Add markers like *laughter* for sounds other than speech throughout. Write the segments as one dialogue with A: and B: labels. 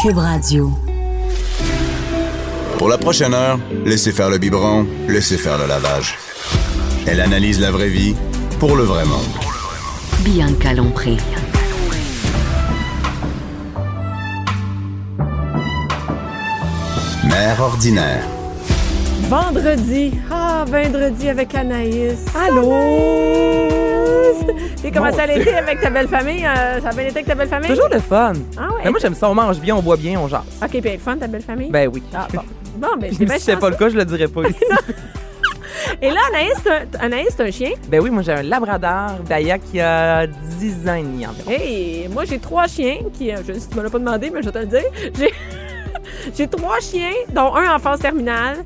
A: Cube Radio.
B: Pour la prochaine heure, laissez faire le biberon, laissez faire le lavage. Elle analyse la vraie vie pour le vrai monde.
A: Bianca Lompré.
B: Mère ordinaire.
C: Vendredi. Ah, vendredi avec Anaïs.
D: Allô?
C: Et comment
D: Mon
C: ça a
D: Dieu.
C: été avec ta belle famille? Euh, ça a bien été avec ta belle famille?
D: Toujours le fun.
C: Ah ouais.
D: Mais moi, j'aime ça. On mange bien, on boit bien, on jase.
C: OK, puis elle est fun, ta belle famille?
D: Ben oui.
C: Ah,
D: *laughs*
C: bon. Bon, ben, c'est
D: si
C: bien
D: c'était pas le
C: chanceux.
D: cas, je le dirais pas
C: *laughs*
D: ici.
C: Et là, Anaïs, t'as- Anaïs, c'est un chien.
D: ben oui, moi, j'ai un labrador d'Aya qui a 10 ans et demi environ.
C: Hey, moi, j'ai trois chiens qui. euh, Je, si tu me l'as pas demandé, mais je vais te le dire. J'ai, *laughs* j'ai trois chiens, dont un en phase terminale.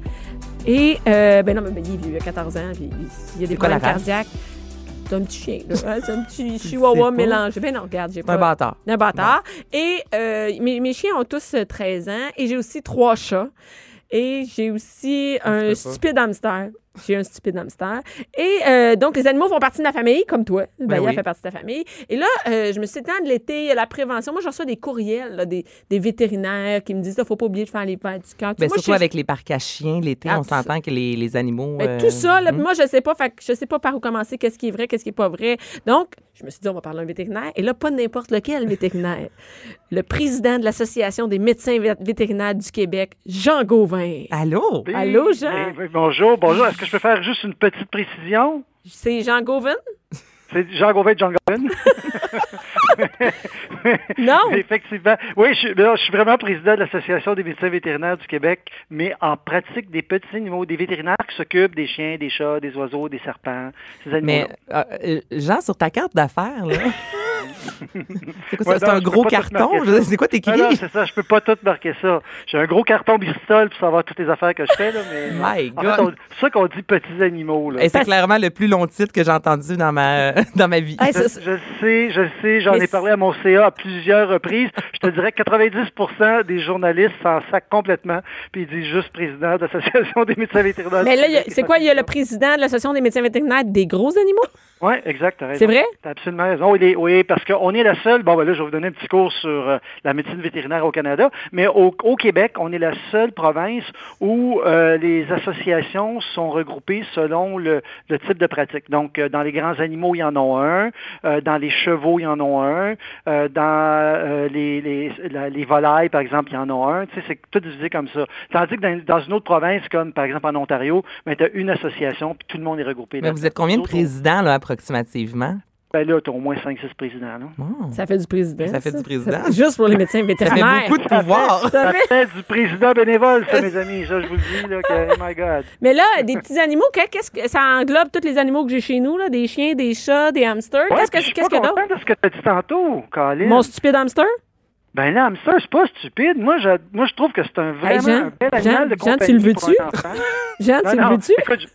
C: Et, euh, ben non, mais ben, il, il a 14 ans, puis il, il a des
D: quoi la
C: problèmes
D: race?
C: cardiaques. C'est un petit chien, là, hein, C'est un petit chihuahua
D: pas.
C: mélangé. Ben non, regarde, j'ai
D: C'est un
C: pas.
D: bâtard.
C: Un bâtard. Et euh, mes, mes chiens ont tous euh, 13 ans. Et j'ai aussi trois chats. Et j'ai aussi
D: peut
C: un
D: pas.
C: stupide hamster. J'ai un stupide hamster. Et euh, donc, les animaux font partie de la famille, comme toi. Baya
D: Ben oui.
C: fait partie de ta famille. Et là, euh, je me suis dit, temps de l'été, il y a la prévention. Moi, je reçois des courriels là, des, des vétérinaires qui me disent, il faut pas oublier de faire les paires du cœur.
D: Ben,
C: Moi, je
D: surtout
C: sais-
D: avec les parcs à chiens, l'été,
C: Ah,
D: on
C: tout
D: s'entend que les, les animaux.
C: Ben,
D: euh,
C: tout ça, là,
D: hmm.
C: moi, je sais pas. Fait que je sais pas par où commencer, qu'est-ce qui est vrai, qu'est-ce qui est pas vrai. Donc, je me suis dit, on va parler à un vétérinaire. Et là, pas n'importe lequel
D: *laughs*
C: vétérinaire. Le président de l'Association des médecins vé- vétérinaires du Québec, Jean Gauvin.
D: Allô?
C: Allô, Jean?
E: Eh oui, bonjour, bonjour. Est-ce que je peux faire juste une petite précision?
C: C'est Jean
D: *laughs*
C: Gauvin?
E: C'est Jean Gauvet de John Gordon.
C: Non!
E: *laughs* Effectivement. Oui, je, suis- non, je suis vraiment président de l'Association des médecins vétérinaires du Québec, mais en pratique des petits animaux, des vétérinaires qui s'occupent des chiens, des chats, des oiseaux, des serpents, ces animaux.
D: Mais, euh, euh, Jean, sur ta carte
C: *laughs*
D: d'affaires, là. c'est quoi ça?
E: Ouais,
D: c'est
E: non,
D: un
E: je peux
D: gros
E: pas tout
D: carton?
E: marquer
D: Je
E: ça.
D: sais- C'est quoi tes
E: Ah
C: Ah,
E: Non, non,
D: cris?
E: c'est ça, je peux pas tout marquer ça. J'ai un gros carton bistol pour savoir toutes les affaires que je fais, là, mais.
D: My
E: En
D: God.
E: fait, on- c'est ça qu'on dit petits animaux, là.
D: Et c'est clairement le plus long titre que j'ai entendu dans ma, *laughs* dans ma vie.
C: Hey,
E: Je,
C: ça, ça-
E: je sais, je sais, j'en
C: Mais
E: ai parlé à mon CA à plusieurs reprises. Je te dirais que 90 des journalistes s'en sacent complètement, puis ils disent juste président de l'Association des médecins vétérinaires.
C: Mais là, il y a- c'est quoi? Il y a le président de l'Association des médecins vétérinaires des gros animaux?
E: Oui, exact. t'as raison.
C: C'est vrai?
E: T'as absolument raison. Oui, les- oui, parce qu'on est la seule. Bon, ben là, je vais vous donner un petit cours sur euh, la médecine vétérinaire au Canada, mais au, au Québec, on est la seule province où euh, les associations sont regroupées selon le, le type de pratique. Donc, euh, dans les grands animaux, il y en a un. Euh, dans les chevaux, il y en a un. Euh, dans euh, les, les, la- les volailles, par exemple, il y en a un. Tu sais, c'est tout divisé comme ça. Tandis que dans, dans une autre province, comme par exemple en Ontario, ben, tu as une association, puis tout le monde est regroupé.
D: Mais
E: là.
D: vous êtes combien de
E: Nous autres, on-
D: présidents, là, approximativement?
E: ben là, t'as au moins 5-6 présidents, là.
D: Wow.
C: Ça fait du président.
D: Ça fait du président.
C: Ça fait- Juste pour les médecins
D: *laughs* Ça
C: vétérinaires.
D: fait beaucoup de pouvoir.
C: Ça
E: Ça
C: fait-
E: fait du président bénévole, ça,
C: *laughs*
E: mes amis. Ça, je vous le dis, là, que, oh my God.
C: Mais là, des petits animaux, que- qu'est-ce que ça englobe tous les animaux que j'ai chez nous, là, des chiens, des chats, des hamsters.
E: Ouais,
C: qu'est-ce que
E: puis je suis
C: qu'est-ce
E: pas
C: que d'autre?
E: content de ce que t'as dit tantôt, Colin.
C: Mon stupide hamster?
E: Ben là, hamster, c'est pas stupide. Moi, je, moi, je trouve que c'est un vraiment
C: Jean,
E: un bel animal
C: Jean,
E: de
C: Jean,
E: compagnie
C: tu le
E: pour
C: veux-tu?
E: un
C: *laughs*
E: enfant.
C: Jeanne,
E: Non,
C: tu
E: non,
C: le veux-tu?
E: écoute, je-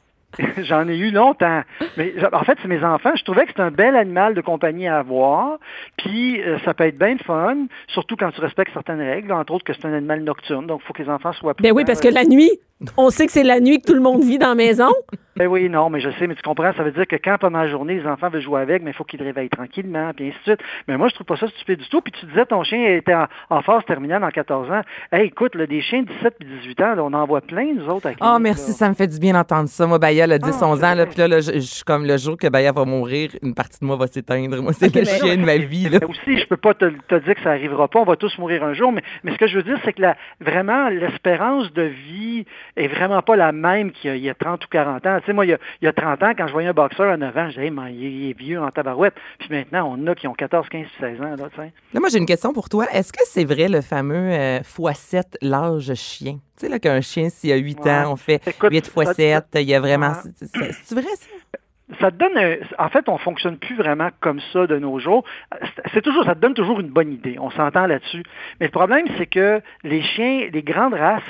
E: *laughs* J'en ai eu longtemps. Mais j'a- en fait, c'est mes enfants. Je trouvais que c'est un bel animal de compagnie à avoir. Puis euh, ça peut être bien le fun, surtout quand tu respectes certaines règles, entre autres que c'est un animal nocturne. Donc, il faut que les enfants soient
C: Ben oui,
E: prudents,
C: parce que
E: là.
C: la nuit, on sait que c'est la nuit que tout le monde vit dans la maison.
E: Ben oui, non, mais je sais, mais tu comprends, ça veut dire que quand pendant la journée, les enfants veulent jouer avec, mais il faut qu'ils le réveillent tranquillement, puis ainsi de suite. Mais moi, je trouve pas ça stupide du tout. Puis tu disais, ton chien était en, en phase terminale en 14 ans. Hey, écoute, là, des chiens de 17 puis 18 ans, là, on en voit plein, nous autres. à
D: Oh,
E: clinique,
D: merci,
E: là.
D: ça me fait du bien d'entendre ça. Moi, Baya, le 10,
E: Ah,
D: 11 ans, là,
E: c'est
D: puis là, là, je, je suis comme le jour que Baya va mourir, une partie de moi va s'éteindre. Moi, c'est le
C: ben-
D: chien de ma vie, là.
E: *laughs* Mais aussi, je peux pas te, te dire que ça arrivera pas, on va tous mourir un jour, mais, mais ce que je veux dire, c'est que la, vraiment, l'espérance de vie est vraiment pas la même qu'il y a, il y a 30 ou 40 ans. Tu sais, moi, il y, a, il y a 30 ans, quand je voyais un boxeur à 9 ans, je disais, Hey, man, il, est- il est vieux en tabarouette. Puis maintenant, on en a qui ont 14, 15, 16 ans, là, tu sais.
D: Là, moi, j'ai une question pour toi. Est-ce que c'est vrai le fameux euh, fois 7 l'âge chien? Tu sais, là, qu'un chien, s'il a 8
E: Ouais.
D: ans, on fait
E: Écoute,
D: 8 fois
E: ça-
D: 7, il y a vraiment.
E: Ouais.
D: c'est- c'est- C'est-tu vrai, ça?
E: ça te donne un- en fait on fonctionne plus vraiment comme ça de nos jours C'est- c'est toujours ça te donne toujours une bonne idée on s'entend là-dessus mais le problème c'est que les chiens les grandes races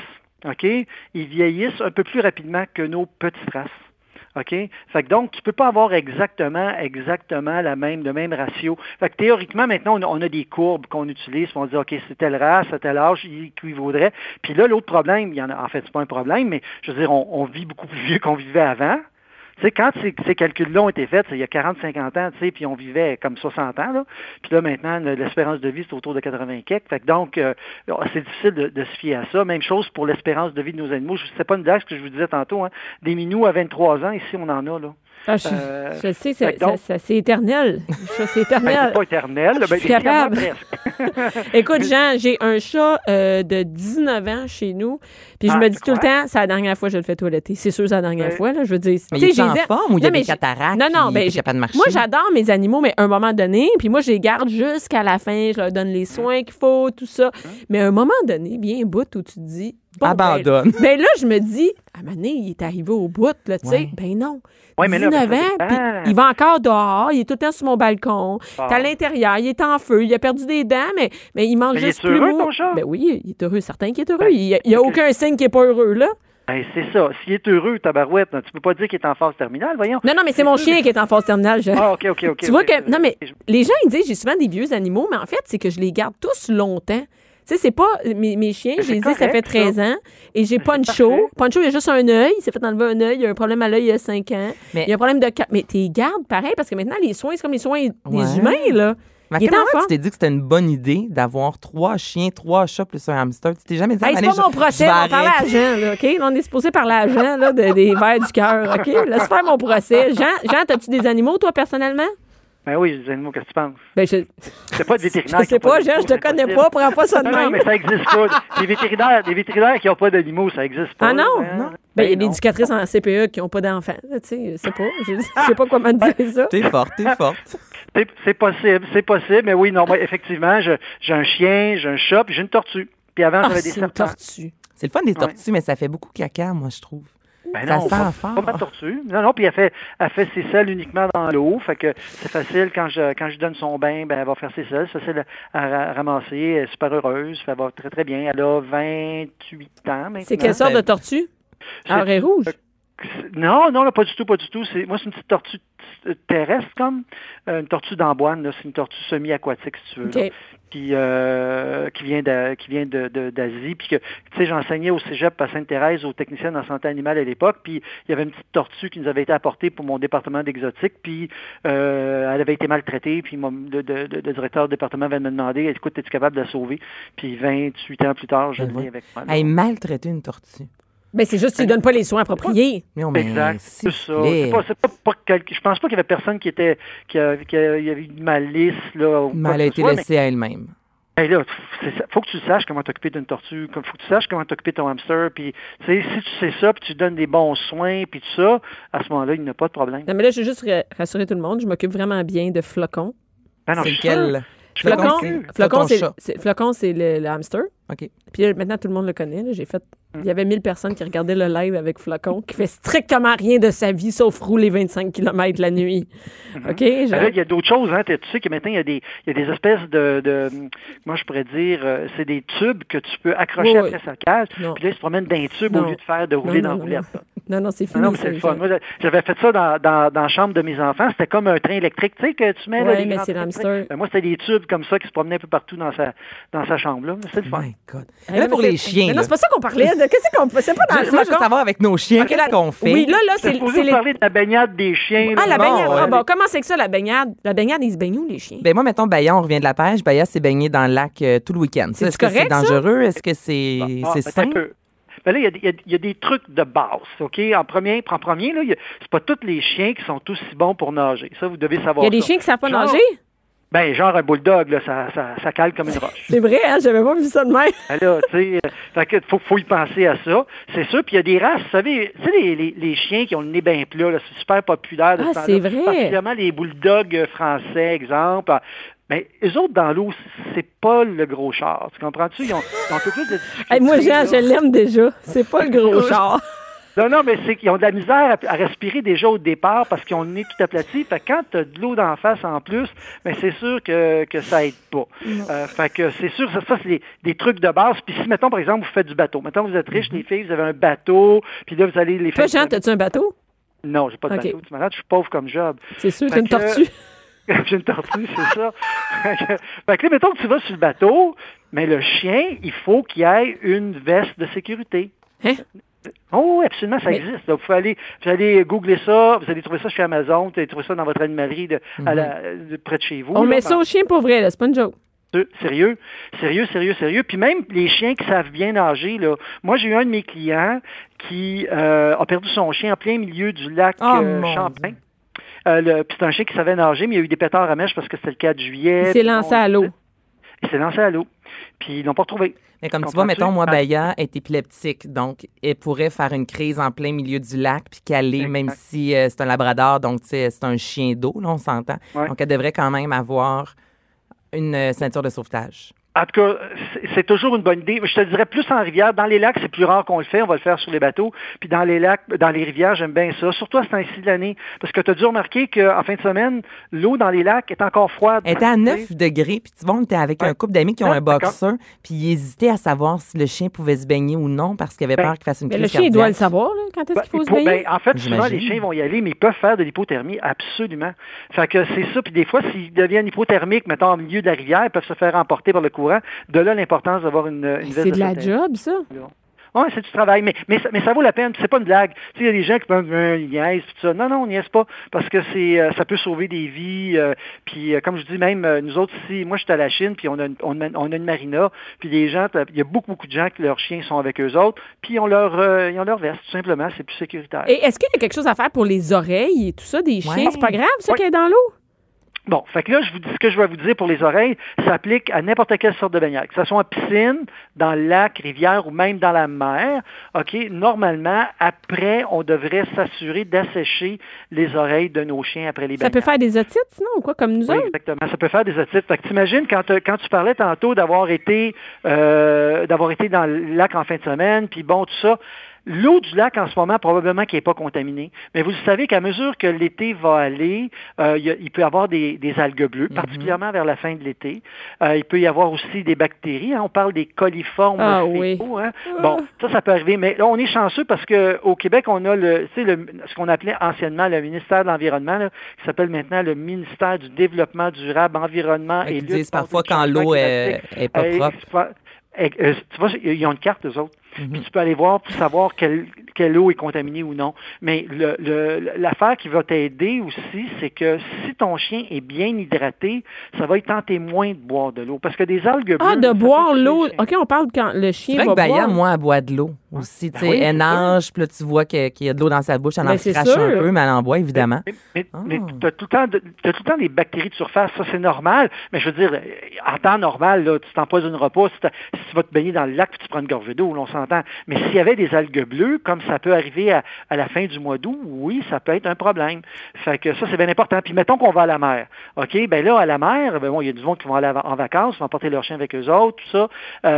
E: ok ils vieillissent un peu plus rapidement que nos petites races OK? Fait que donc, tu peux pas avoir exactement, exactement la même, le même ratio. Fait que théoriquement, maintenant, on a, on a des courbes qu'on utilise, puis on dit, OK, c'est telle race, à tel âge, il équivaudrait. Puis là, l'autre problème, il y en a, en fait, c'est pas un problème, mais je veux dire, on, on vit beaucoup plus vieux qu'on vivait avant. Tu sais, quand ces, ces calculs-là ont été faits, c'est il y a 40-50 ans, tu sais, puis on vivait comme 60 ans, là. Puis là, maintenant, le- l'espérance de vie, c'est autour de 80 quelques. Fait que donc, euh, c'est difficile de, de se fier à ça. Même chose pour l'espérance de vie de nos animaux. Je sais pas une blague, ce que je vous disais tantôt, hein. Des minous à 23 ans, ici, on en a, là.
C: Ah, je,
E: Euh,
C: je le sais,
E: fait
C: c'est,
E: que donc-
C: ça- ça- c'est éternel. Ça, c'est
E: Ben,
C: éternel.
E: c'est pas éternel, là.
C: Je
E: Ben,
C: suis capable.
E: éternel, presque. *laughs*
C: Écoute, Jean, j'ai un chat euh, de 19 ans chez nous, puis je
E: Ah,
C: me dis
E: tu
C: tout le
E: crois?
C: temps, c'est la dernière fois que je le fais toiletter. C'est sûr, c'est la dernière
E: Ouais.
C: fois, là. Je veux dire,
D: Mais
C: tu
D: il
C: sais,
D: est en
C: j'ai-
D: forme ou il y a
C: Non, mais
D: des
C: j'ai-
D: cataractes?
C: Non, non, ben,
D: il est
C: j'ai-
D: capable de marcher.
C: Moi, j'adore mes animaux, mais à un moment donné, puis moi, je les garde jusqu'à la fin, je leur donne les soins qu'il faut, tout ça. Mais à un moment donné, bien un bout où tu te dis... bon, ben,
D: Abandonne.
C: Ben, là, je me dis, à un moment donné, il est arrivé au bout, là, tu sais.
D: Ouais.
C: Ben non.
E: Ouais, mais là,
C: 19
E: ça
C: ans,
E: dépend.
C: puis il va encore dehors, il est tout le temps sur mon balcon,
E: Ah.
C: t'es à l'intérieur, il est en feu, il a perdu des dents, mais, mais il mange
E: Mais il est
C: juste plus
E: heureux,
C: mou.
E: ton chat?
C: Ben oui, il est heureux, certain qu'il est heureux.
E: Ben,
C: il n'y a, aucun signe qu'il n'est pas heureux, là.
E: Ben, c'est ça. S'il est heureux, tabarouette, tu peux pas dire qu'il est en phase terminale, voyons.
C: Non, non, mais c'est mon chien qui est en phase terminale. je-
E: Ah, OK, OK,
C: *laughs*
E: OK.
C: tu vois
E: ok.
C: que. Non, mais les gens, ils disent, j'ai souvent des vieux animaux, mais en fait, c'est que je les garde tous longtemps. Tu sais, c'est pas. Mes, mes chiens,
E: Mais
C: je les
E: c'est
C: ai, ça fait
E: correct,
C: 13 ans. Et j'ai
E: parfait.
C: Poncho. Poncho, il a juste un œil. Il s'est fait enlever un œil. Il a un problème à l'œil il y a 5 ans.
D: Mais-
C: Il y a un problème de. ca- Mais t'es gardes pareil, parce que maintenant, les soins, c'est comme les soins des
D: Ouais.
C: humains, là.
D: Mais à
C: il est
D: quel moment
C: enfant.
D: tu t'es dit que c'était une bonne idée d'avoir trois chiens, trois chats plus un hamster? Tu t'es jamais dit,
C: Hey,
D: Ah,
C: c'est
D: allez,
C: pas
D: je-
C: mon
D: je
C: procès,
D: vais
C: on parle à
D: arrêter.
C: Jean, là, OK? On est supposé parler à Jean, là, de- des vers du cœur, OK? Laisse faire mon procès. Jean, Jean as-tu des animaux, toi, personnellement?
E: Ben oui, les animaux, qu'est-ce que tu penses?
C: Ben, je,
E: C'est pas des vétérinaires.
C: *laughs* je sais pas, Jean, je te connais pas, prends pas ça de
E: Non, non,
C: même.
E: mais ça existe
C: *laughs*
E: pas. Des vétérinaires, des vétérinaires qui n'ont pas d'animaux, ça existe pas.
C: Ah non?
E: hein.
C: non. Ben, il y a des
E: non.
C: éducatrices en CPE qui n'ont pas d'enfants, là, tu sais, je sais pas. Je, je sais pas comment te dire ça.
D: T'es forte,
E: *laughs*
D: t'es forte.
E: C'est- C'est possible, c'est possible, mais oui, non, ben, effectivement, je- j'ai un chien, j'ai un chat, puis j'ai une tortue. Puis avant,
C: Ah,
E: j'avais des
C: c'est une
E: serpents.
C: tortue.
D: C'est le fun des tortues, mais ça fait beaucoup caca, moi, je trouve.
E: Ben
D: Ça
E: non,
D: sent
E: pas,
D: fort.
E: pas ma tortue. Non, non, puis elle fait, elle fait ses selles uniquement dans l'eau. Fait que c'est facile, quand je, quand je lui donne son bain, ben, elle va faire ses selles. C'est facile à, ra- ramasser. Elle est super heureuse. Elle va très, très bien. Elle a 28 ans maintenant.
C: C'est quelle sorte de tortue? Alors, elle est rouge.
E: C'est- Non, non, là, pas du tout, pas du tout. C'est, moi, c'est une petite tortue t- terrestre, comme euh, une tortue d'amboine. Là. C'est une tortue semi-aquatique, si tu veux. là.
C: OK.
E: Puis, euh, qui vient, de, qui vient de, de- d'Asie. Puis, que, tu sais, j'enseignais au cégep à Sainte-Thérèse aux techniciennes en santé animale à l'époque. Puis, il y avait une petite tortue qui nous avait été apportée pour mon département d'exotique. Puis, euh, elle avait été maltraitée. Puis, mon- le, le- le- le directeur du département avait me demander, écoute, es-tu capable de la sauver? Puis, 28 ans plus tard, je
D: Ben
E: le
D: oui.
E: viens avec moi. là.
D: Elle maltraiter une tortue.
C: Ben, c'est juste que tu lui donnes pas les soins appropriés.
D: Non, mais
E: exact,
D: s'il
E: c'est
D: vous
E: ça.
D: plaît.
E: C'est pas, c'est pas, pas quelque- je pense pas qu'il y avait personne qui était qui a- qui a- il y avait eu de malice là. ou
D: Mais
E: quoi
D: elle a
E: que ce
D: été
E: soit,
D: laissée à elle-même.
E: mais, hey, là, pff, c'est ça. faut que tu saches comment t'occuper d'une tortue, comme faut que tu saches comment t'occuper de ton hamster, puis tu sais, si tu sais ça, puis tu donnes des bons soins, puis tout ça, à ce moment-là, il n'y a pas de problème.
C: Non, mais là, je veux juste ra- rassurer tout le monde. Je m'occupe vraiment bien de flocons.
E: Ben non,
D: C'est
E: je suis sûr.
D: lequel?
E: Je suis
D: Flocon?
E: convaincu.
D: C'est
C: Flocon,
D: ton
C: c'est,
D: chat.
C: c'est- Flocon, c'est le, le hamster.
D: OK.
C: Puis là, maintenant, tout le monde le connaît. là. J'ai fait... Il y avait 1000 personnes qui regardaient le live avec Flocon, qui fait strictement rien de sa vie, sauf rouler 25 km la nuit. OK? je-
E: Ben là, il y a d'autres choses, hein. Tu sais que maintenant, il y a des, il y a des espèces de, de- moi, je pourrais dire, euh, c'est des tubes que tu peux accrocher
C: Oui, oui.
E: après sa cage,
C: Non.
E: puis là, ils se promènent d'un tube
C: Non.
E: au lieu de faire de
C: Non,
E: rouler
C: non,
E: dans la
C: non,
E: roulette.
C: non. Non, non, c'est fini.
E: Non, non, mais c'est le fun. Moi, j'a- j'avais fait ça dans, dans, dans la chambre de mes enfants. C'était comme un train électrique, tu sais, que tu mets. là,
C: Ouais,
E: des
C: mais
E: grands
C: c'est
E: trains
C: l'hamster.
E: électriques. Ben, moi, c'était des tubes comme ça qui se promenaient un peu partout dans sa, dans sa chambre. là. C'était le fun.
D: My God. là, pour les chiens,
C: Mais
D: là.
C: non, c'est pas ça qu'on parlait. de- Qu'est-ce qu'on. C'est pas dans
D: Juste- Moi, je veux
C: Flocon.
D: savoir avec nos chiens,
C: Ok, la-
D: qu'est-ce qu'on fait?
C: Oui, là, là,
E: C'est
C: c'est
E: supposé
C: c'est
E: vous
C: les.
E: parler de la baignade des chiens.
C: Ah,
E: là. euh,
C: la
D: Bon,
C: baignade.
D: ouais.
C: Ah, bon, comment c'est que ça, la baignade? La baignade, ils se baignent où, les chiens?
D: Ben moi, mettons, Baya, on revient de la pêche. Baya s'est baigné dans le lac euh, tout le week-end. Ça,
C: C'est-tu
D: Est-ce que c'est
C: correct, ça?
D: dangereux? Est-ce que c'est
E: Ah,
D: c'est
E: attends un
D: simple?
E: peu. Ben là, il y a des- il y, a- il y a des trucs de base, OK? En premier, en premier, là, il y a- c'est pas tous les chiens qui sont aussi bons pour nager. Ça, vous devez
C: Il
E: savoir
C: y a des
E: ça.
C: chiens qui savent pas
E: Genre-
C: nager?
E: Ben, genre un bulldog, là, ça, ça, ça cale comme une
C: *laughs*
E: roche.
C: C'est vrai, hein? J'avais pas vu ça de
E: *laughs*
C: même.
E: Ben là, tu sais, euh, fait que faut, faut y penser à ça. C'est sûr. Puis il y a des races, vous savez, tu sais, les, les- les chiens qui ont le nez bien plat, là, c'est super populaire. de
C: Ah,
E: ce temps-là.
C: c'est vrai.
E: Particulièrement les bulldogs euh, français, exemple. Ah, Mais eux autres, dans l'eau, c'est pas le gros char. Tu comprends-tu? Ils ont, ils ont un peu plus de difficultés,
C: Hey, moi,
E: là.
C: Jean, je l'aime déjà. C'est pas le
E: *laughs*
C: gros genre.
E: Non, non, mais c'est qu'ils ont de la misère à, à respirer déjà au départ parce qu'ils ont le nez tout aplati. Fait que quand tu as de l'eau d'en face en plus, mais c'est sûr que, que ça aide pas. Euh, fait que c'est sûr, ça, ça c'est des, des trucs de base. Puis si, mettons, par exemple, vous faites du bateau. Mettons, vous êtes riche, les filles, vous avez un bateau, puis là, vous allez les
C: Toi,
E: faire.
C: Jean, t'as-tu un bateau?
E: Non, j'ai pas de
C: Ok.
E: bateau. Tu m'arrêtes, je suis pauvre comme job. *laughs*
C: C'est sûr,
E: Fait
C: t'as une
E: que-
C: tortue.
E: J'ai une tortue, c'est ça. Fait que- fait que là, mettons que tu vas sur le bateau, mais le chien, il faut qu'il ait une veste de sécurité.
C: Hein?
E: Oh, oui, absolument, ça existe. là. vous, pouvez aller, vous allez googler ça, vous allez trouver ça chez Amazon, vous allez trouver ça dans votre animalerie de, à la- de- près de chez vous.
C: Mhm. On
E: là,
C: met
E: dans-
C: ça au chien pour vrai, là. C'est pas une joke.
E: Sérieux, Sérieux, sérieux, sérieux, sérieux. Puis même les chiens qui savent bien nager, là. Moi, j'ai eu un de mes clients qui euh, a perdu son chien en plein milieu du lac
D: Oh,
E: euh,
D: mon
E: Champlain. Euh, le- puis c'est un chien qui savait nager, mais il y a eu des pétards à mèche parce que c'était le 4 juillet.
C: Il s'est
E: Puis
C: lancé
E: on-
C: à l'eau.
E: Il s'est lancé à l'eau. Puis ils l'ont pas retrouvé.
D: Mais comme tu vois,
E: Comprends-tu?
D: mettons, moi,
E: Ah.
D: Baya est épileptique, donc elle pourrait faire une crise en plein milieu du lac puis caler,
E: Exact.
D: même si euh, c'est un labrador, donc tu sais, c'est un chien d'eau, là, on s'entend.
E: Ouais.
D: Donc elle devrait quand même avoir une euh, ceinture de sauvetage.
E: En tout cas, c'est- c'est toujours une bonne idée. Je te dirais plus en rivière. Dans les lacs, c'est plus rare qu'on le fait. On va le faire sur les bateaux. Puis dans les lacs, dans les rivières, j'aime bien ça. Surtout à ce temps-ci de l'année. Parce que tu as dû remarquer qu'en fin de semaine, l'eau dans les lacs est encore froide.
D: Elle était à 9 degrés, puis tu vois, on était avec
E: Ouais.
D: un couple d'amis qui ont
E: Ah,
D: un
E: d'accord.
D: boxeur, puis ils hésitaient à savoir si le chien pouvait se baigner ou non parce qu'il avait
E: Ben,
D: peur qu'il fasse une
C: Mais
D: crise
C: le chien, il doit le
D: cardiaque.
C: savoir, là, quand est-ce
E: Ben,
C: qu'il faut se
E: pour-
C: baigner.
E: ben, en fait, souvent, les
D: J'imagine.
E: chiens vont y aller, mais ils peuvent faire de l'hypothermie, absolument. Fait que c'est ça. Puis des fois, s'ils deviennent hypothermiques, mettons, au milieu de la rivière, ils peuvent se faire emporter par le courant. De là, l'importance d'avoir une, une veste
C: C'est de la
E: sauvetage.
C: job, ça.
E: Oui, c'est du travail, mais, mais, ça, mais ça vaut la peine. C'est pas une blague. Tu sais, il y a des gens qui peuvent euh, ils niaisent, tout ça. Non, non, on niaise pas, parce que c'est euh, ça peut sauver des vies. euh, puis, euh, comme je dis, même euh, nous autres ici, moi, je suis à la Chine, puis on a une, on, a- on a une marina, puis les gens, il y a beaucoup, beaucoup de gens que leurs chiens sont avec eux autres, puis on leur, euh, ils ont leur veste, tout simplement. C'est plus sécuritaire.
C: Et est-ce qu'il y a quelque chose à faire pour les oreilles et tout ça des chiens?
D: Ouais.
C: C'est pas grave, ça,
E: Ouais.
C: qui est dans l'eau?
E: Bon, fait que là, je vous dis ce que je vais vous dire pour les oreilles, ça applique à n'importe quelle sorte de baignade, que ce soit en piscine, dans le lac, rivière ou même dans la mer. OK, normalement, après, on devrait s'assurer d'assécher les oreilles de nos chiens après les
C: Ça
E: baignades.
C: peut faire des otites, sinon, ou quoi, comme nous
E: Ben Oui,
C: autres?
E: exactement. Ça peut faire des otites. Fait que t'imagines, quand, euh, quand tu parlais tantôt d'avoir été, euh, d'avoir été dans le lac en fin de semaine, puis bon, tout ça, l'eau du lac en ce moment, probablement qu'elle n'est pas contaminée. Mais vous le savez qu'à mesure que l'été va aller, euh, il y a- il peut y avoir des, des algues bleues,
C: Mhm.
E: particulièrement vers la fin de l'été. Euh, il peut y avoir aussi des bactéries. hein. On parle des coliformes
C: Ah
E: fécaux,
C: oui.
E: hein. Bon, ça, ça peut arriver. Mais là, on est chanceux parce que au Québec, on a le, tu sais, le- ce qu'on appelait anciennement le ministère de l'Environnement, là, qui s'appelle maintenant le ministère du Développement durable, Environnement
D: Fait
E: et
D: qu'ils
E: lutte
D: disent
E: contre
D: parfois
E: le
D: quand
E: changement
D: l'eau est,
E: climatique.
D: est pas
E: Euh,
D: propre. Mhm.
E: c'est pas- euh, euh, tu vois, ils ont une carte, eux autres. Puis tu peux aller voir pour savoir quelle, quelle eau est contaminée ou non. Mais le- le- l'affaire qui va t'aider aussi, c'est que si ton chien est bien hydraté, ça va être tenter moins de boire de l'eau. Parce que des algues
C: Ah,
E: bleues,
C: de
E: ça peut
C: boire
E: toucher le
C: l'eau.
E: chien.
C: OK, on parle quand le
D: C'est
C: chien
D: vrai
C: va
D: que Baya,
C: boire.
D: moi, elle boit de l'eau aussi. tu sais,
E: oui, c'est
D: elle nage, puis là, tu vois que- qu'il y a de l'eau dans sa bouche, elle en
C: Ben, c'est
D: crache un
C: sûr.
D: peu, mais elle en boit, évidemment.
E: Mais- Mais,
D: Ah.
E: tu as tout, le temps de- t'as tout le temps des bactéries de surface, ça c'est normal, mais je veux dire, euh, en temps normal, là, tu t'empoisonneras pas si, t'as- si tu vas te baigner dans le lac puis tu prends une gorgée d'eau, là, on s'entend. Mais s'il y avait des algues bleues, comme ça peut arriver à, à la fin du mois d'août, oui, ça peut être un problème. Fait que ça, c'est bien important. Puis mettons qu'on va à la mer. OK, ben là, à la mer, ben bon, il y a du monde qui vont aller en- en vacances, vont porter leurs chiens avec eux autres, tout ça.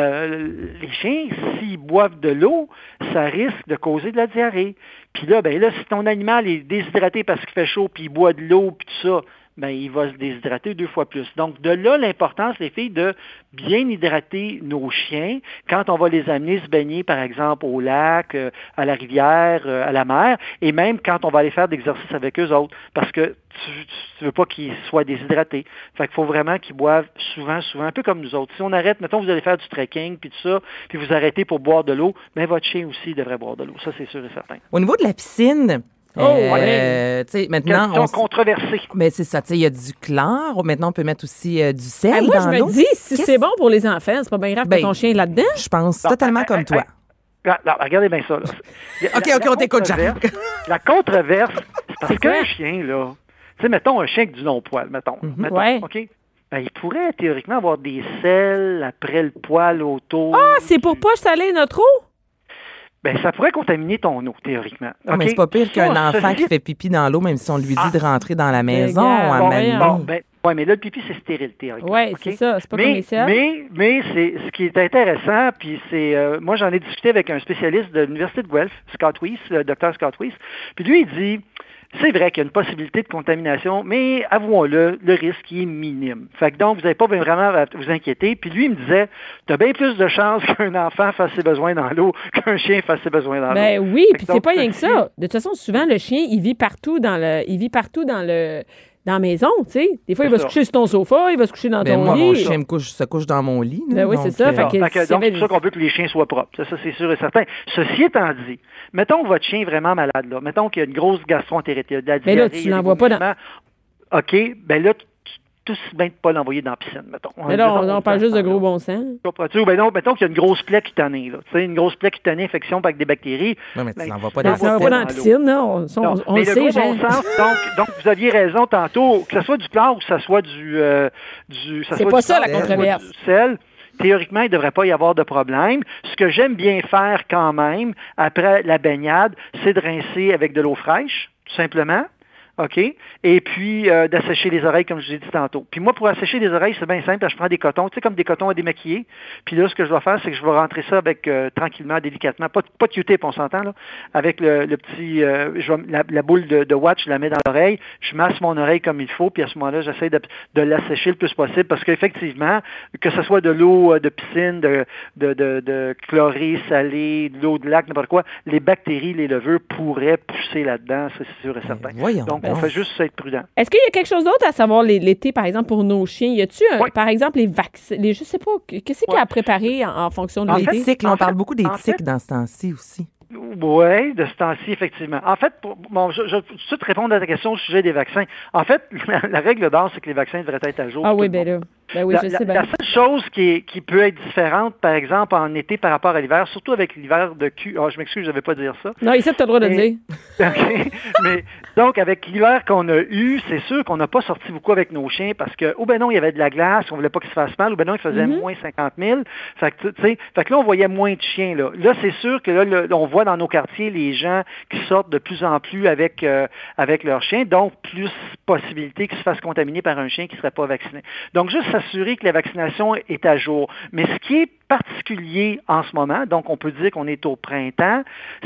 E: Euh, les chiens, s'ils boivent de l'eau, ça risque de causer de la diarrhée. Puis là, ben là, si ton animal est déshydraté parce qu'il fait chaud, puis il boit de l'eau, puis tout ça, ben il va se déshydrater deux fois plus. Donc, de là l'importance, les filles, de bien hydrater nos chiens quand on va les amener se baigner, par exemple, au lac, euh, à la rivière, euh, à la mer, et même quand on va aller faire d'exercice avec eux autres, parce que tu ne veux pas qu'ils soient déshydratés. Fait qu'il faut vraiment qu'ils boivent souvent, souvent, un peu comme nous autres. Si on arrête, mettons, vous allez faire du trekking, puis tout ça, puis vous arrêtez pour boire de l'eau, mais votre chien aussi devrait boire de l'eau. Ça, c'est sûr et certain.
D: Au niveau de la piscine,
C: Oh,
D: euh, tu sais, maintenant,
E: Question
D: on s-
E: controversée.
D: mais c'est ça, tu sais, il y a du chlore. Maintenant, on peut mettre aussi euh, du sel
C: Ah, moi, je
D: dans l'eau.
C: me dis, si
D: Qu'est-ce-
C: c'est bon pour les enfants, c'est pas bien grave
D: Ben,
C: que ton chien est là-dedans.
D: Je pense totalement
E: euh, euh,
C: *laughs*
D: comme toi.
E: Ah, non, regardez bien ça. là. La-
D: OK,
E: la-
D: OK,
E: la
D: on t'écoute, Jean.
E: controverse- La controverse, c'est parce
C: C'est quoi?
E: qu'un chien, là, tu sais, mettons un chien avec du non-poil, mettons.
D: Mhm.
E: mettons,
C: Ouais.
E: OK? Ben, il pourrait théoriquement avoir des selles après le poil autour.
C: Ah, c'est pour pas saler notre eau?
E: Ben, ça pourrait contaminer ton eau, théoriquement.
D: Ah, mais
E: OK?
D: c'est pas pire
C: *laughs*
E: Ça,
D: qu'un enfant
E: ceci
D: qui fait pipi dans l'eau, même si on lui dit
E: Ah.
D: de rentrer dans la maison.
C: gars,
D: à
C: bon,
D: Manu.
E: Bon, ben, ouais, mais là, le pipi, c'est stérile, théoriquement.
C: Ouais,
E: OK?
C: c'est ça, c'est pas
E: mais,
C: comme les selles.
E: Mais, mais c'est, ce qui est intéressant, puis c'est... euh, moi, j'en ai discuté avec un spécialiste de l'Université de Guelph, Scott Weiss, le docteur Scott Weiss, puis lui, il dit... C'est vrai qu'il y a une possibilité de contamination, mais avouons-le, le risque il est minime. Fait que donc, vous n'avez pas vraiment à vous inquiéter. Puis lui, il me disait, tu as bien plus de chances *laughs* qu'un enfant fasse ses besoins dans l'eau qu'un chien fasse ses besoins dans l'eau.
C: Ben oui,
E: Fait que
C: puis
E: donc,
C: c'est pas rien que
E: ceci-
C: ça. De toute façon, souvent le chien, il vit partout dans le il vit partout dans le dans la maison, tu sais. Des fois, il va
E: C'est
C: se
E: ça.
C: coucher sur ton sofa, il va se coucher dans
D: Ben,
C: ton
D: moi,
C: lit.
D: mon chien me couche, se couche dans mon lit. là,
C: Ben oui,
D: donc, euh,
C: c'est ça, fait
E: D'accord.
C: que
E: Fait que
C: s'il y
E: donc,
C: avait
E: c'est ça qu'on veut que les chiens soient propres. Ça, ça, c'est sûr et certain. Ceci étant dit, mettons que votre chien est vraiment malade, là. Mettons qu'il y a une grosse gastroentérite, il y a de la
C: Mais là,
E: diarrhée,
C: tu
E: il y a des
C: l'envoies pas dans-
E: vomissements. OK, ben là, tu- tu- tout si bien de pas l'envoyer dans la piscine, mettons.
C: Mais là, on, on parle juste de gros bon sens.
E: Comprends-tu? Ben non, mettons qu'il y a une grosse plaie cutanée, là. Tu sais, une grosse plaie cutanée, infection avec des bactéries.
D: Non, mais tu
E: Ben,
D: l'envoies pas
E: non,
D: dans
C: Non,
D: la
C: ça va pas
E: piscine.
C: dans la piscine, non. On, on-
E: Non,
C: on
E: mais
C: le
E: le
C: sait,
E: gros bon
C: Jean.
E: sens, donc, donc vous aviez raison tantôt, que ce soit du plan ou que ce soit du... euh, du ça
C: C'est
E: soit
C: pas
E: du
C: ça,
E: plan,
C: la
E: que ce soit
C: controverse.
E: du sel, Théoriquement, il ne devrait pas y avoir de problème. Ce que j'aime bien faire quand même, après la baignade, c'est de rincer avec de l'eau fraîche, tout simplement. OK? Et puis, euh, d'assécher les oreilles, comme je vous ai dit tantôt. Puis moi, pour assécher les oreilles, c'est bien simple. Je prends des cotons, tu sais, comme des cotons à démaquiller. Puis là, ce que je vais faire, c'est que je vais rentrer ça avec euh, tranquillement, délicatement. Pas, pas de Q-tip, on s'entend, là. Avec le, le petit... euh, je vais- la, la boule de, de watch, je la mets dans l'oreille. Je masse mon oreille comme il faut. Puis à ce moment-là, j'essaie de, de l'assécher le plus possible. Parce qu'effectivement, que ce soit de l'eau euh, de piscine, de, de, de, de chlorée, salée, de l'eau de lac, n'importe quoi, les bactéries, les levures pourraient pousser là-dedans, ça, c'est
C: Ben,
E: sûr et certain.
D: voyons
E: Donc,
D: donc.
E: on fait juste être prudent.
C: Est-ce qu'il y a quelque chose d'autre à savoir les- l'été, par exemple, pour nos chiens? Y a-tu, un-
E: Oui.
C: par exemple, les vaccins? Les, je sais pas, qu'est-ce qu'il y a à préparer en, en fonction de
E: En
D: Les
C: l'été?
D: tiques, là,
E: en
D: on
E: fait-
D: parle beaucoup des
E: en fait-
D: tiques dans ce temps-ci aussi.
E: Oui, de ce temps-ci, effectivement. En fait, pour- bon, je, je, tout de suite répondre à ta question au sujet des vaccins. En fait, *laughs* la, la règle d'or, c'est que les vaccins devraient être à jour.
C: Ah
E: pour
C: oui,
E: tout le
C: ben
E: monde.
C: là. Ben oui,
E: la,
C: je
E: la-
C: sais
E: la
C: bien.
E: seule chose qui, est- qui peut être différente, par exemple, en été par rapport à l'hiver, surtout avec l'hiver de Q. Ah, je m'excuse, je ne vais pas dire ça.
C: *laughs* Non, ici, t'as le droit de le
E: Et-
C: dire.
E: OK. Mais donc, avec l'hiver qu'on a eu, c'est sûr qu'on n'a pas sorti beaucoup avec nos chiens parce que, ou ben non, il y avait de la glace, on voulait pas qu'ils se fassent mal, ou ben non, il faisait
C: Mm-hmm.
E: moins 50 000. Fait que, tu sais, fait que là, on voyait moins de chiens, là. Là, c'est sûr que là, le- on voit dans nos quartiers les gens qui sortent de plus en plus avec, euh, avec leurs chiens, donc plus possibilité qu'ils se fassent contaminer par un chien qui ne serait pas vacciné. Donc, juste s'assurer que la vaccination est à jour. Mais ce qui est particulier en ce moment, donc on peut dire qu'on est au printemps,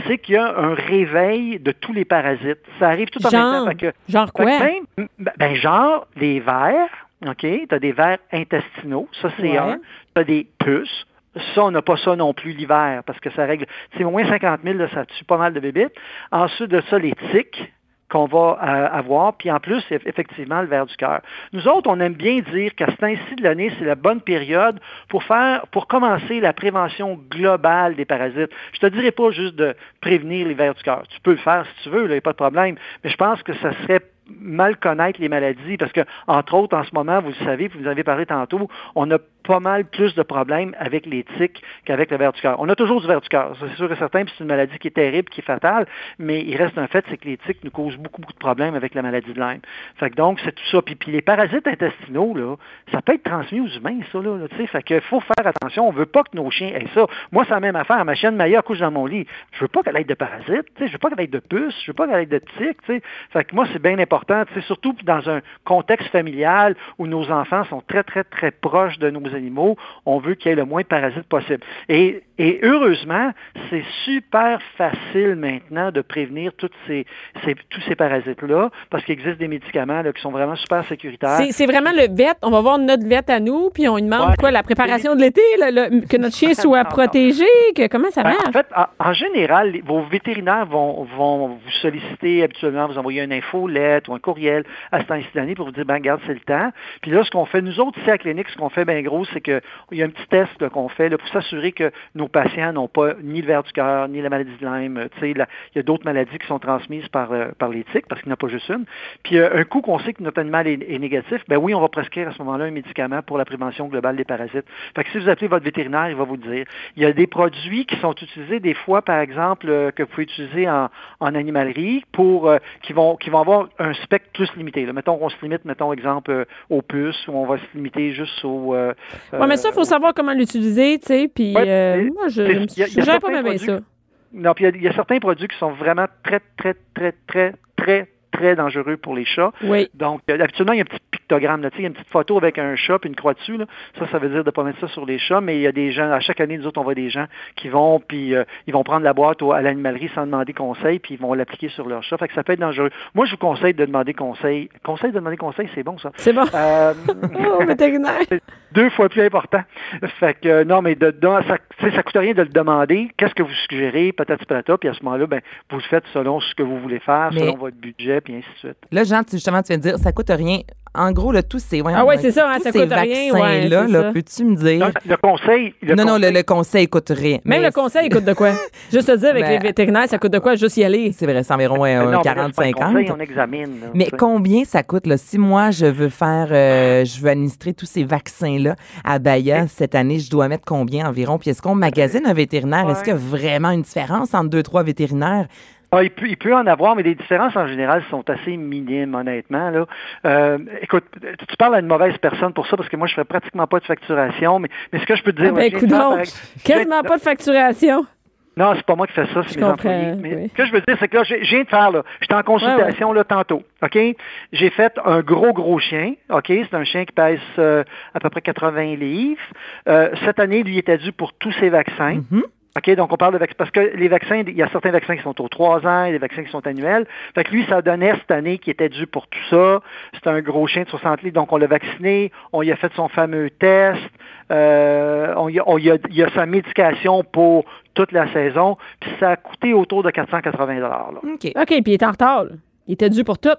E: c'est qu'il y a un réveil de tous les parasites. Ça arrive tout en
C: Genre,
E: même temps. Fait que-
C: genre
E: fait que
C: quoi?
E: même- ben, ben, genre, les vers, OK, tu as des vers intestinaux, ça c'est
C: Ouais.
E: un. Tu as des puces. Ça, on n'a pas ça non plus l'hiver parce que ça règle. C'est moins 50 000, là, ça tue pas mal de bébites. Ensuite de ça, les tiques qu'on va euh, avoir, puis en plus, eff- effectivement, le verre du cœur. Nous autres, on aime bien dire qu'à ce temps-ci de l'année, c'est la bonne période pour faire, pour commencer la prévention globale des parasites. Je te dirais pas juste de prévenir les vers du cœur. Tu peux le faire si tu veux, il n'y a pas de problème, mais je pense que ça serait mal connaître les maladies parce que, entre autres, en ce moment, vous le savez, puis vous en avez parlé tantôt, on a pas mal plus de problèmes avec les tiques qu'avec le ver du cœur. On a toujours du ver du cœur, ça, c'est sûr et certain, puis c'est une maladie qui est terrible, qui est fatale, mais il reste un fait, c'est que les tiques nous causent beaucoup, beaucoup de problèmes avec la maladie de Lyme. Fait que donc, c'est tout ça. Puis, puis les parasites intestinaux, là, ça peut être transmis aux humains, ça, là, là, tu sais. Fait que faut faire attention, on veut pas que nos chiens aient ça. Moi, c'est la même affaire, ma chienne Maya couche dans mon lit. Je veux pas qu'elle ait de parasites, tu sais, je veux pas qu'elle ait de puces, je veux pas qu'elle ait de tiques, tu sais. Fait que moi, c'est bien important, tu sais, surtout dans un contexte familial où nos enfants sont très, très, très proches de nos animaux, on veut qu'il y ait le moins de parasites possible. Et, et heureusement, c'est super facile maintenant de prévenir toutes ces, ces- tous ces parasites-là, parce qu'il existe des médicaments là, qui sont vraiment super sécuritaires.
C: C'est- C'est vraiment le vet. On va voir notre vet à nous, puis on lui demande
E: Ouais.
C: quoi, la préparation de l'été, là, le- que notre chien soit
E: *laughs* Non, non.
C: protégé, que comment ça
E: Ben,
C: marche?
E: en fait, en, en général, les- vos vétérinaires vont, vont vous solliciter habituellement, vous envoyer une infolette ou un courriel à ce temps-ci de l'année pour vous dire, ben, garde, c'est le temps. Puis là, ce qu'on fait, nous autres, ici à la clinique, ce qu'on fait, ben, gros, c'est qu'il y a un petit test là, qu'on fait là, pour s'assurer que nos patients n'ont pas ni le ver du cœur, ni la maladie de Lyme. Euh, tu sais, la- Il y a d'autres maladies qui sont transmises par, euh, par les tiques, parce qu'il n'y en a pas juste une. Puis euh, un coup qu'on sait que notre animal est, est négatif, ben oui, on va prescrire à ce moment-là un médicament pour la prévention globale des parasites. Fait que si vous appelez votre vétérinaire, il va vous le dire. Il y a des produits qui sont utilisés des fois, par exemple, euh, que vous pouvez utiliser en, en animalerie pour euh, qui vont qui vont avoir un spectre plus limité. là. Mettons qu'on se limite, mettons exemple euh, aux puces, ou on va se limiter juste aux. euh,
C: Ouais, mais ça, il faut
E: euh,
C: savoir comment l'utiliser, tu sais. Puis
E: Ouais,
C: euh,
E: mais
C: moi, je
E: c'est- y a- y a
C: n'aime pas
E: certains
C: bien bien
E: produits
C: ça.
E: Non, puis il y a- il y, a certains produits qui sont vraiment très, très, très, très, très, très dangereux pour les chats.
C: Oui.
E: Donc, euh, habituellement, il y a un petit pic pictogramme. Là. Tu sais, il y a une petite photo avec un chat puis une croix dessus. Là. Ça, ça veut dire de ne pas mettre ça sur les chats, mais il y a des gens, à chaque année, nous autres, on voit des gens qui vont, puis euh, ils vont prendre la boîte au- à l'animalerie sans demander conseil, puis ils vont l'appliquer sur leur chat. Fait que ça peut être dangereux. Moi, je vous conseille de demander conseil. Conseil de demander conseil, c'est bon, ça.
C: C'est
E: *laughs*
C: bon.
E: Euh,
C: Oh, vétérinaire.
E: c'est deux fois plus important. Fait que euh, non, mais de, dans- ça, tu sais, ça coûte rien de le demander. Qu'est-ce que vous suggérez, patati patata, puis à ce moment-là, ben, vous le faites selon ce que vous voulez faire,
D: Mais-
E: selon votre budget, puis ainsi de suite.
D: Là, Jean, tu- justement, tu viens de dire, ça coûte rien. En gros, là, tous ces, voyons,
C: Ah ouais,
D: là,
C: c'est ça, hein,
D: tous
C: ça
D: ces
C: coûte rien, ouais,
D: vaccins-là,
C: c'est
D: là,
C: ça.
D: peux-tu me dire?
E: Donc, le conseil, le
D: non, non,
E: conseil-
D: le, le conseil coûte rien.
C: Même
D: Mais
C: le conseil, il coûte de
D: *laughs*
C: quoi? Juste te dire, avec
D: Ben,
C: les vétérinaires, ça coûte de quoi? Juste y aller.
D: C'est vrai, c'est environ
C: Ah
E: non, mais là, c'est pas un
D: 40-50.
E: conseil, on examine. là,
D: Mais
E: tu sais.
D: combien ça coûte là? si moi je veux faire, euh, je veux administrer tous ces vaccins là à Baia cette année, je dois mettre combien environ Puis est-ce qu'on magasine un vétérinaire Est-ce qu'il y a vraiment une différence entre deux trois vétérinaires
E: Ah, il, peut, il peut en avoir, mais les différences en général sont assez minimes, honnêtement. Là. Euh, écoute, tu tu parles à une mauvaise personne pour ça, parce que moi, je fais pratiquement pas de facturation, mais, mais ce que je peux te dire...
C: Ah, ben,
E: moi, j'ai-
C: coudonc, quasiment pas de facturation.
E: Non, c'est pas moi qui fais ça, c'est
C: Je
E: mes
C: comprends,
E: employés. Mais
C: oui.
E: ce que je veux dire, c'est que là, j'ai- je viens de faire, là, j'étais en consultation là tantôt, OK? J'ai fait un gros, gros chien, OK? C'est un chien qui pèse euh, à peu près 80 livres. Euh, cette année, lui, il était dû pour tous ses vaccins.
C: Mm-hmm.
E: OK, donc on parle de vaccins, parce que les vaccins, il y a certains vaccins qui sont aux trois ans, il y a des vaccins qui sont annuels. Fait que lui, ça donnait cette année qui était dû pour tout ça. C'est un gros chien de 60 livres, donc on l'a vacciné, on y a fait son fameux test, euh, on, y a, on y a- il y a sa médication pour toute la saison, puis ça a coûté autour de 480 dollars.
D: Ok.
C: OK, puis il est en retard. là. Il était dû pour tout.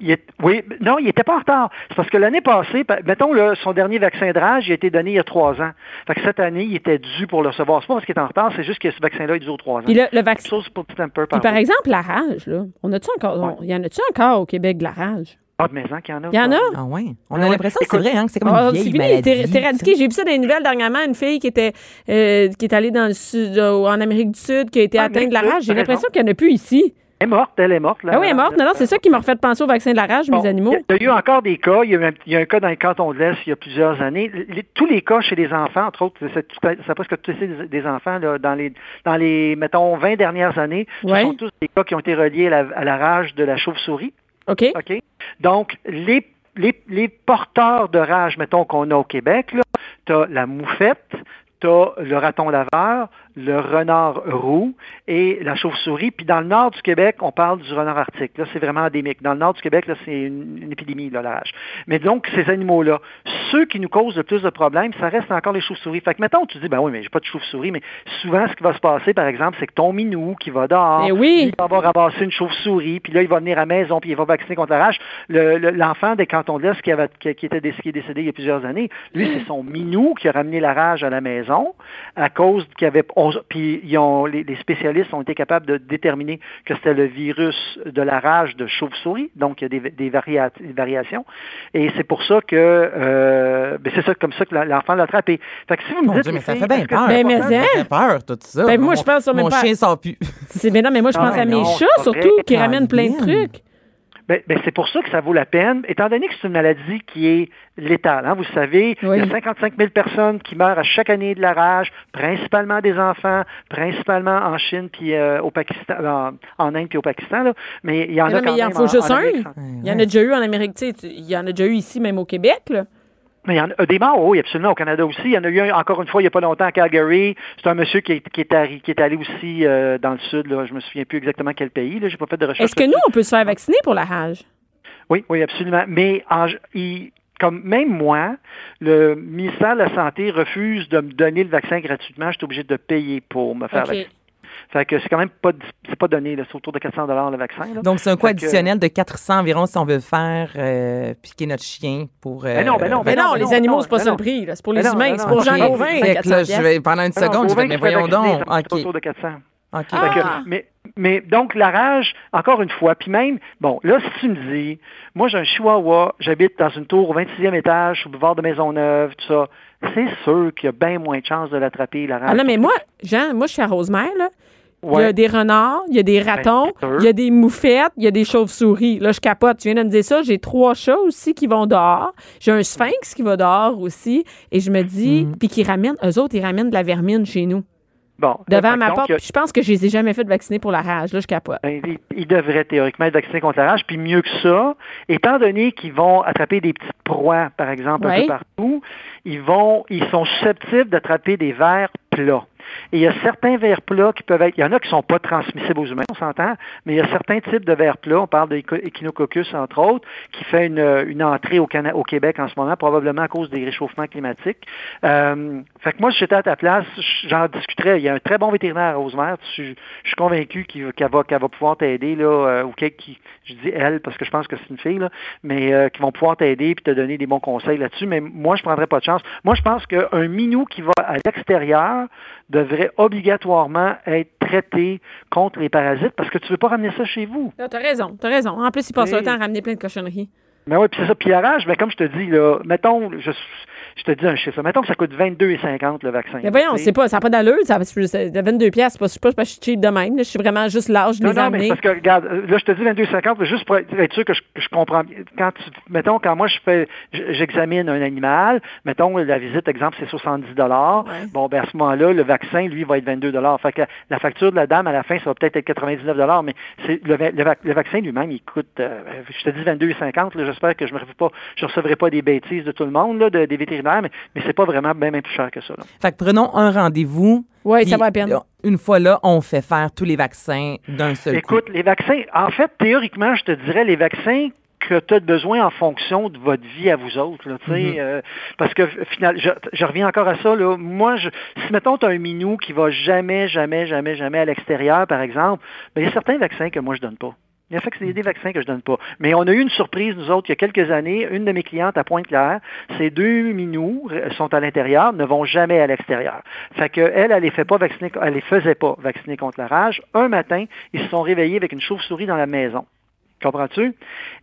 E: Il est- oui, mais non, il n'était pas en retard. C'est parce que l'année passée, pa- mettons, là, son dernier vaccin de rage, il a été donné il y a trois ans. Fait que cette année, il était dû pour le recevoir. C'est pas parce qu'il est en retard, c'est juste que ce vaccin-là, il dure trois ans.
C: Puis le, le vaccin.
E: Chose pour petit un peu
C: Puis
E: par
C: par exemple, la rage, là. On a-tu encore. on- y en a-tu encore au Québec de la rage?
E: Ah, de maison qu'il y en a.
C: Il y en a?
D: Ah ouais. On
E: Ah
D: a
E: ouais.
D: l'impression que c'est
E: Écoute,
D: vrai hein, que c'est comme une
C: Ah, c'est
D: vieille
C: fini,
D: maladie.
C: c'est c'est
D: tu
C: éradiqué. J'ai vu ça dans les nouvelles dernièrement, une fille qui était euh, qui est allée dans le sud, euh, en Amérique du Sud, qui a été
E: Ah,
C: atteinte de la
E: Amérique du
C: rage.
E: Sud,
C: J'ai
E: t'as
C: l'impression qu'il n'y en a plus ici.
E: Elle est morte, elle est morte. Là,
C: Ah oui, elle est morte. Non, non, c'est ça qui m'a refait penser au vaccin de la rage,
E: Bon,
C: mes animaux.
E: Il y, a- il y a eu encore des cas. Il y a eu un, il y a un cas dans le canton de l'Est il y a plusieurs années. Les- tous les cas chez les enfants, entre autres, c'est tout à- c'est presque tous des, des enfants là, dans, les, dans les, mettons, 20 dernières années.
C: Ouais.
E: Ce sont tous des cas qui ont été reliés à la, à la rage de la chauve-souris.
C: OK?
E: OK? Donc, les, les, les porteurs de rage, mettons, qu'on a au Québec, là, t'as la moufette, t'as le raton laveur, le renard roux et la chauve-souris. Puis dans le nord du Québec, on parle du renard arctique. Là, c'est vraiment endémique. Dans le nord du Québec, là, c'est une, une épidémie, là, la rage. Mais donc, ces animaux-là, ceux qui nous causent le plus de problèmes, ça reste encore les chauves-souris. Fait que, mettons, tu dis, ben oui, mais j'ai pas de chauve-souris, mais souvent, ce qui va se passer, par exemple, c'est que ton minou qui va dehors,
C: Eh oui.
E: il va avoir ramassé une chauve-souris, puis là, il va venir à la maison, puis il va vacciner contre la rage. Le- le- L'enfant des cantons de l'Est qui, avait- qui- qui était dé- qui est décédé il y a plusieurs années, lui, c'est son minou qui a ramené la rage à la maison à cause qu'il y avait... on- puis ils ont- les, les spécialistes ont été capables de déterminer que c'était le virus de la rage de chauve-souris, donc il y a des, des varia- des variations. Et c'est pour ça que... euh, ben, c'est ça, comme ça que la- l'enfant l'a attrapé. Fait que si vous me
D: Mon
E: dites...
D: Dieu, mais
E: les
D: ça
E: filles,
D: fait bien
E: est-ce que
D: peur.
E: c'est
C: Ben, mais
E: important?
C: hein?
D: Ça fait peur, tout ça.
C: Ben, moi,
D: Mon-
C: je pense sur mes
D: Mon
C: peurs.
D: chien sort plus.
C: C'est- Mais non, mais moi, je
E: Ah,
C: pense à
E: non,
C: mes chats,
E: c'est pas
C: surtout,
E: vrai,
C: qui ramènent plein de
D: Caroline.
C: trucs.
E: Ben, ben, c'est pour ça que ça vaut la peine, étant donné que c'est une maladie qui est létale. Hein, vous savez,
C: Oui.
E: il y a 55 000 personnes qui meurent à chaque année de la rage, principalement des enfants, principalement en Chine puis euh, au Pakistan, en, en Inde puis au Pakistan. là. Mais il y en
C: Mais Ah non,
E: a
C: mais
E: quand
C: il en
E: même
C: faut juste un.
E: Amérique.
C: Il y en a déjà eu en Amérique, tu sais, tu- il y en a déjà eu ici, même au Québec, là.
E: Mais il y en a euh, des morts, oui, absolument, au Canada aussi. Il y en a eu un, encore une fois, il n'y a pas longtemps, à Calgary. C'est un monsieur qui est, qui est, arri- qui est allé aussi euh, dans le sud. Là, je me souviens plus exactement quel pays. Là, j'ai pas fait de recherche.
C: Est-ce que
E: là-dessus.
C: nous, on peut se faire vacciner pour la rage?
E: Oui, oui, absolument. Mais en- il- comme même moi, le ministère de la Santé refuse de me donner le vaccin gratuitement. Je suis obligé de payer pour me faire
C: OK.
E: vacciner. Fait que c'est quand même pas, c'est pas donné. là. C'est autour de 400 le vaccin. là.
D: *laughs* Donc c'est un coût
E: Fait que-
D: additionnel de 400 environ si on veut faire euh, piquer notre chien pour. euh,
E: Ben non, ben non,
C: Mais
E: Ben
C: non,
E: non,
C: les
E: ben
C: animaux,
E: non,
C: c'est pas
E: ben
C: ça le
E: non.
C: prix, là. C'est pour les
E: Ben non,
C: humains,
E: ben
C: c'est
E: non.
C: pour
E: Ok.
C: Jean
E: Gauvin,
D: Fait que là,
C: 400
D: je vais pendant une
E: Ah non,
D: seconde, je vais
E: Gauvin qui
D: mais
E: se fait
D: voyons
E: vacciner,
D: donc.
E: ça coûte
D: OK.
E: autour de 400.
D: OK.
C: Ah.
E: Fait que- mais, mais donc, la rage, encore une fois, puis même, bon, là, si tu me dis, moi, j'ai un chihuahua, j'habite dans une tour au 26e étage, sur le boulevard de Maisonneuve, tout ça, c'est sûr qu'il y a bien moins de chances de l'attraper, la rage.
C: Ah non, mais moi, Jean, moi, je suis à Rosemère, là. Il y a
E: Ouais. Ben,
C: des renards, il y a des ratons,
E: c'est sûr.
C: il y a des moufettes, il y a des chauves-souris. Là, je capote. Tu viens de me dire ça. J'ai trois chats aussi qui vont dehors. J'ai un sphinx qui va dehors aussi. Et je me dis, puis qui ramènent, eux autres, ils ramènent de la vermine chez nous.
E: Bon.
C: devant
E: Fait
C: ma
E: donc,
C: porte.
E: Ben, il y a-
C: Puis Je pense que je les ai jamais fait vacciner pour la rage. Là, je capote.
E: Ben, ils, ils devraient théoriquement être vaccinés contre la rage, puis mieux que ça, étant donné qu'ils vont attraper des petites proies, par exemple, un
C: Ouais.
E: peu partout, ils vont, ils sont susceptibles d'attraper des vers plats. Et il y a certains vers plats qui peuvent être, il y en a qui sont pas transmissibles aux humains, on s'entend, mais il y a certains types de vers plats, on parle de Eco- Echinococcus, entre autres, qui fait une, une entrée au, Cana- au Québec en ce moment, probablement à cause des réchauffements climatiques. Euh, fait que moi, si j'étais à ta place, j'en discuterais. Il y a un très bon vétérinaire à Rosemère. Tu- je suis convaincu qu'il- qu'elle va, qu'elle va pouvoir t'aider, là, euh, ou qu'elle qui, je dis elle, parce que je pense que c'est une fille, là, mais euh, qui vont pouvoir t'aider puis te donner des bons conseils là-dessus. Mais moi, je prendrais pas de chance. Moi, je pense qu'un minou qui va à l'extérieur devrait obligatoirement être traité contre les parasites parce que tu veux pas ramener ça chez vous.
C: Tu as raison, t'as raison. En plus, ils passent le
E: Oui.
C: temps à ramener plein de cochonneries.
E: Mais oui, puis c'est ça. Puis la rage, ben, comme je te dis, là, mettons, je, je te dis un chiffre, là. mettons que ça coûte 22,50 le vaccin.
C: Mais voyons,
E: Tu sais.
C: c'est pas, ça n'a pas d'allure. Ça, c'est- de 22 pièces, c'est pas, c'est pas parce que je suis cheap de même. là. Je suis vraiment juste large de
E: Non,
C: les
E: non, mais c'est
C: emmener.
E: parce que, regarde, euh, là, je te dis 22,50, juste pour être être sûr que je, que je comprends bien. Quand tu, mettons, quand moi, je fais, j- j'examine un animal, mettons, la visite, exemple, c'est 70
C: Ouais.
E: Bon, ben, à ce moment-là, le vaccin, lui, va être 22 Fait que la facture de la dame, à la fin, ça va peut-être être 99 mais c'est, le, va- le, vac- le vaccin lui-même, il coûte, euh, je te dis 22,50, là, j'espère que je me refais pas, je recevrai pas des bêtises de tout le monde, là, de- des vétérinaires, mais, mais c'est pas vraiment bien, bien plus cher que ça, là.
D: Fait que prenons un rendez-vous.
C: Ouais,
D: puis,
C: ça vaut la peine.
D: euh, Une fois là, on fait faire tous les vaccins d'un seul coup.
E: Écoute, les vaccins, en fait, théoriquement, je te dirais, les vaccins que tu as besoin en fonction de votre vie à vous autres. Là, tu sais, euh, parce que final, je, je reviens encore à ça. Là, moi, je, si mettons, tu as un minou qui va jamais, jamais, jamais, jamais à l'extérieur, par exemple, ben, il y a certains vaccins que moi, je donne pas. Il y a fait que c'est des vaccins que je donne pas. Mais on a eu une surprise, nous autres, il y a quelques années. Une de mes clientes à Pointe-Claire, ces deux minous euh, sont à l'intérieur, ne vont jamais à l'extérieur. Fait que elle, elle les fait pas vacciner, elle les faisait pas vacciner contre la rage. Un matin, ils se sont réveillés avec une chauve-souris dans la maison. Comprends-tu?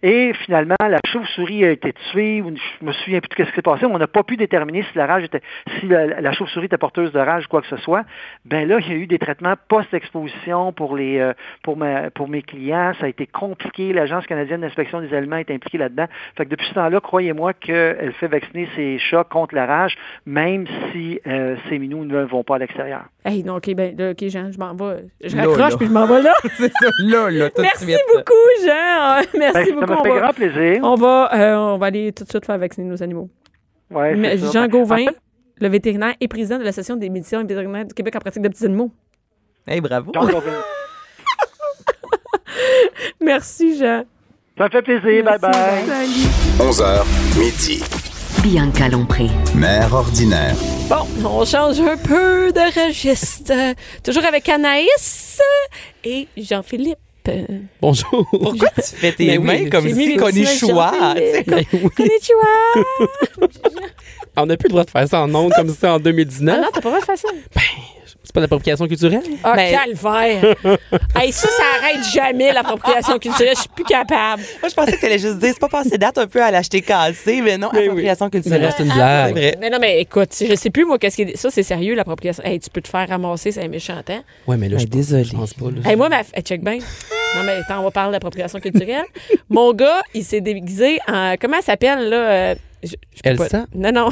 E: Et finalement, la chauve-souris a été tuée, ou je me souviens plus de ce qui s'est passé, mais on n'a pas pu déterminer si la rage était, si la, la chauve-souris était porteuse de rage ou quoi que ce soit. Ben là, il y a eu des traitements post-exposition pour les, euh, pour ma- pour mes clients. Ça a été compliqué. L'Agence canadienne d'inspection des aliments est impliquée là-dedans. Fait que depuis ce temps-là, croyez-moi qu'elle fait vacciner ses chats contre la rage, même si, euh, ces minous ne vont pas à l'extérieur.
C: Hey, non, OK, ben, là, OK, Jean, je m'en vais. Je
D: Là,
C: raccroche
D: là.
C: puis je m'en vais là.
D: *laughs*
E: *laughs*
D: C'est ça, là, là, tout de
C: Merci
D: suite.
C: beaucoup, Jean. Ah, Merci
E: Ben, ça
C: beaucoup.
E: m'a
C: On
E: fait
C: va,
E: grand plaisir.
C: on, va, euh, on va aller tout de suite faire vacciner nos animaux.
E: Ouais, c'est
C: Mais
E: ça.
C: Jean
E: Ben, en
C: Gauvin,
E: fait,
C: le vétérinaire et président de l'Association des médecins vétérinaires du Québec en pratique de petits animaux.
D: Hey, bravo.
E: Jean Gauvin.
C: Merci, Jean.
E: Ça me fait plaisir. Bye
C: Merci, Salut.
E: bye.
B: 11h, midi.
A: Bianca Lompré.
B: Mère ordinaire.
C: Bon, on change un peu de registre. Euh, Toujours avec Anaïs et Jean-Philippe. Eh Euh,
F: Bonjour.
D: Pourquoi tu fais tes
F: Mais oui,
D: mains comme
C: j'ai mis
D: si
C: les petits mains
D: Konnichiwa?
C: de Jean-Philippe. *laughs*
F: Ben oui.
C: Konnichiwa!
F: *laughs* On n'a plus le droit de faire ça en ondes comme ça en 2019.
C: Ah non, t'as pas le droit de faire ça.
F: C'est pas l'appropriation culturelle?
C: Ah,
D: Ben-
C: calvaire! hey, ça, ça arrête jamais l'appropriation culturelle. Je suis plus capable.
D: Moi, je pensais que t'allais juste dire, c'est pas passé date un peu à l'acheter cassé, mais non,
F: oui.
D: appropriation
F: Mais
D: culturelle.
F: là, c'est une
D: C'est
F: blague.
D: vrai.
C: Mais non, mais écoute, je sais plus, moi, qu'est-ce que. Ça, c'est sérieux, l'appropriation. Hey, tu peux te faire ramasser, c'est un méchant temps.
F: Ouais, mais là,
D: Ben,
F: je pense,
D: désolée.
F: je pense pas. là.
C: Hey, moi, ma... hey, check bien. Non, mais attends, on va parler d'appropriation culturelle. Mon gars, il s'est déguisé en. Comment elle s'appelle, là? euh, je- je peux
F: Elsa?
C: pas- Non, non.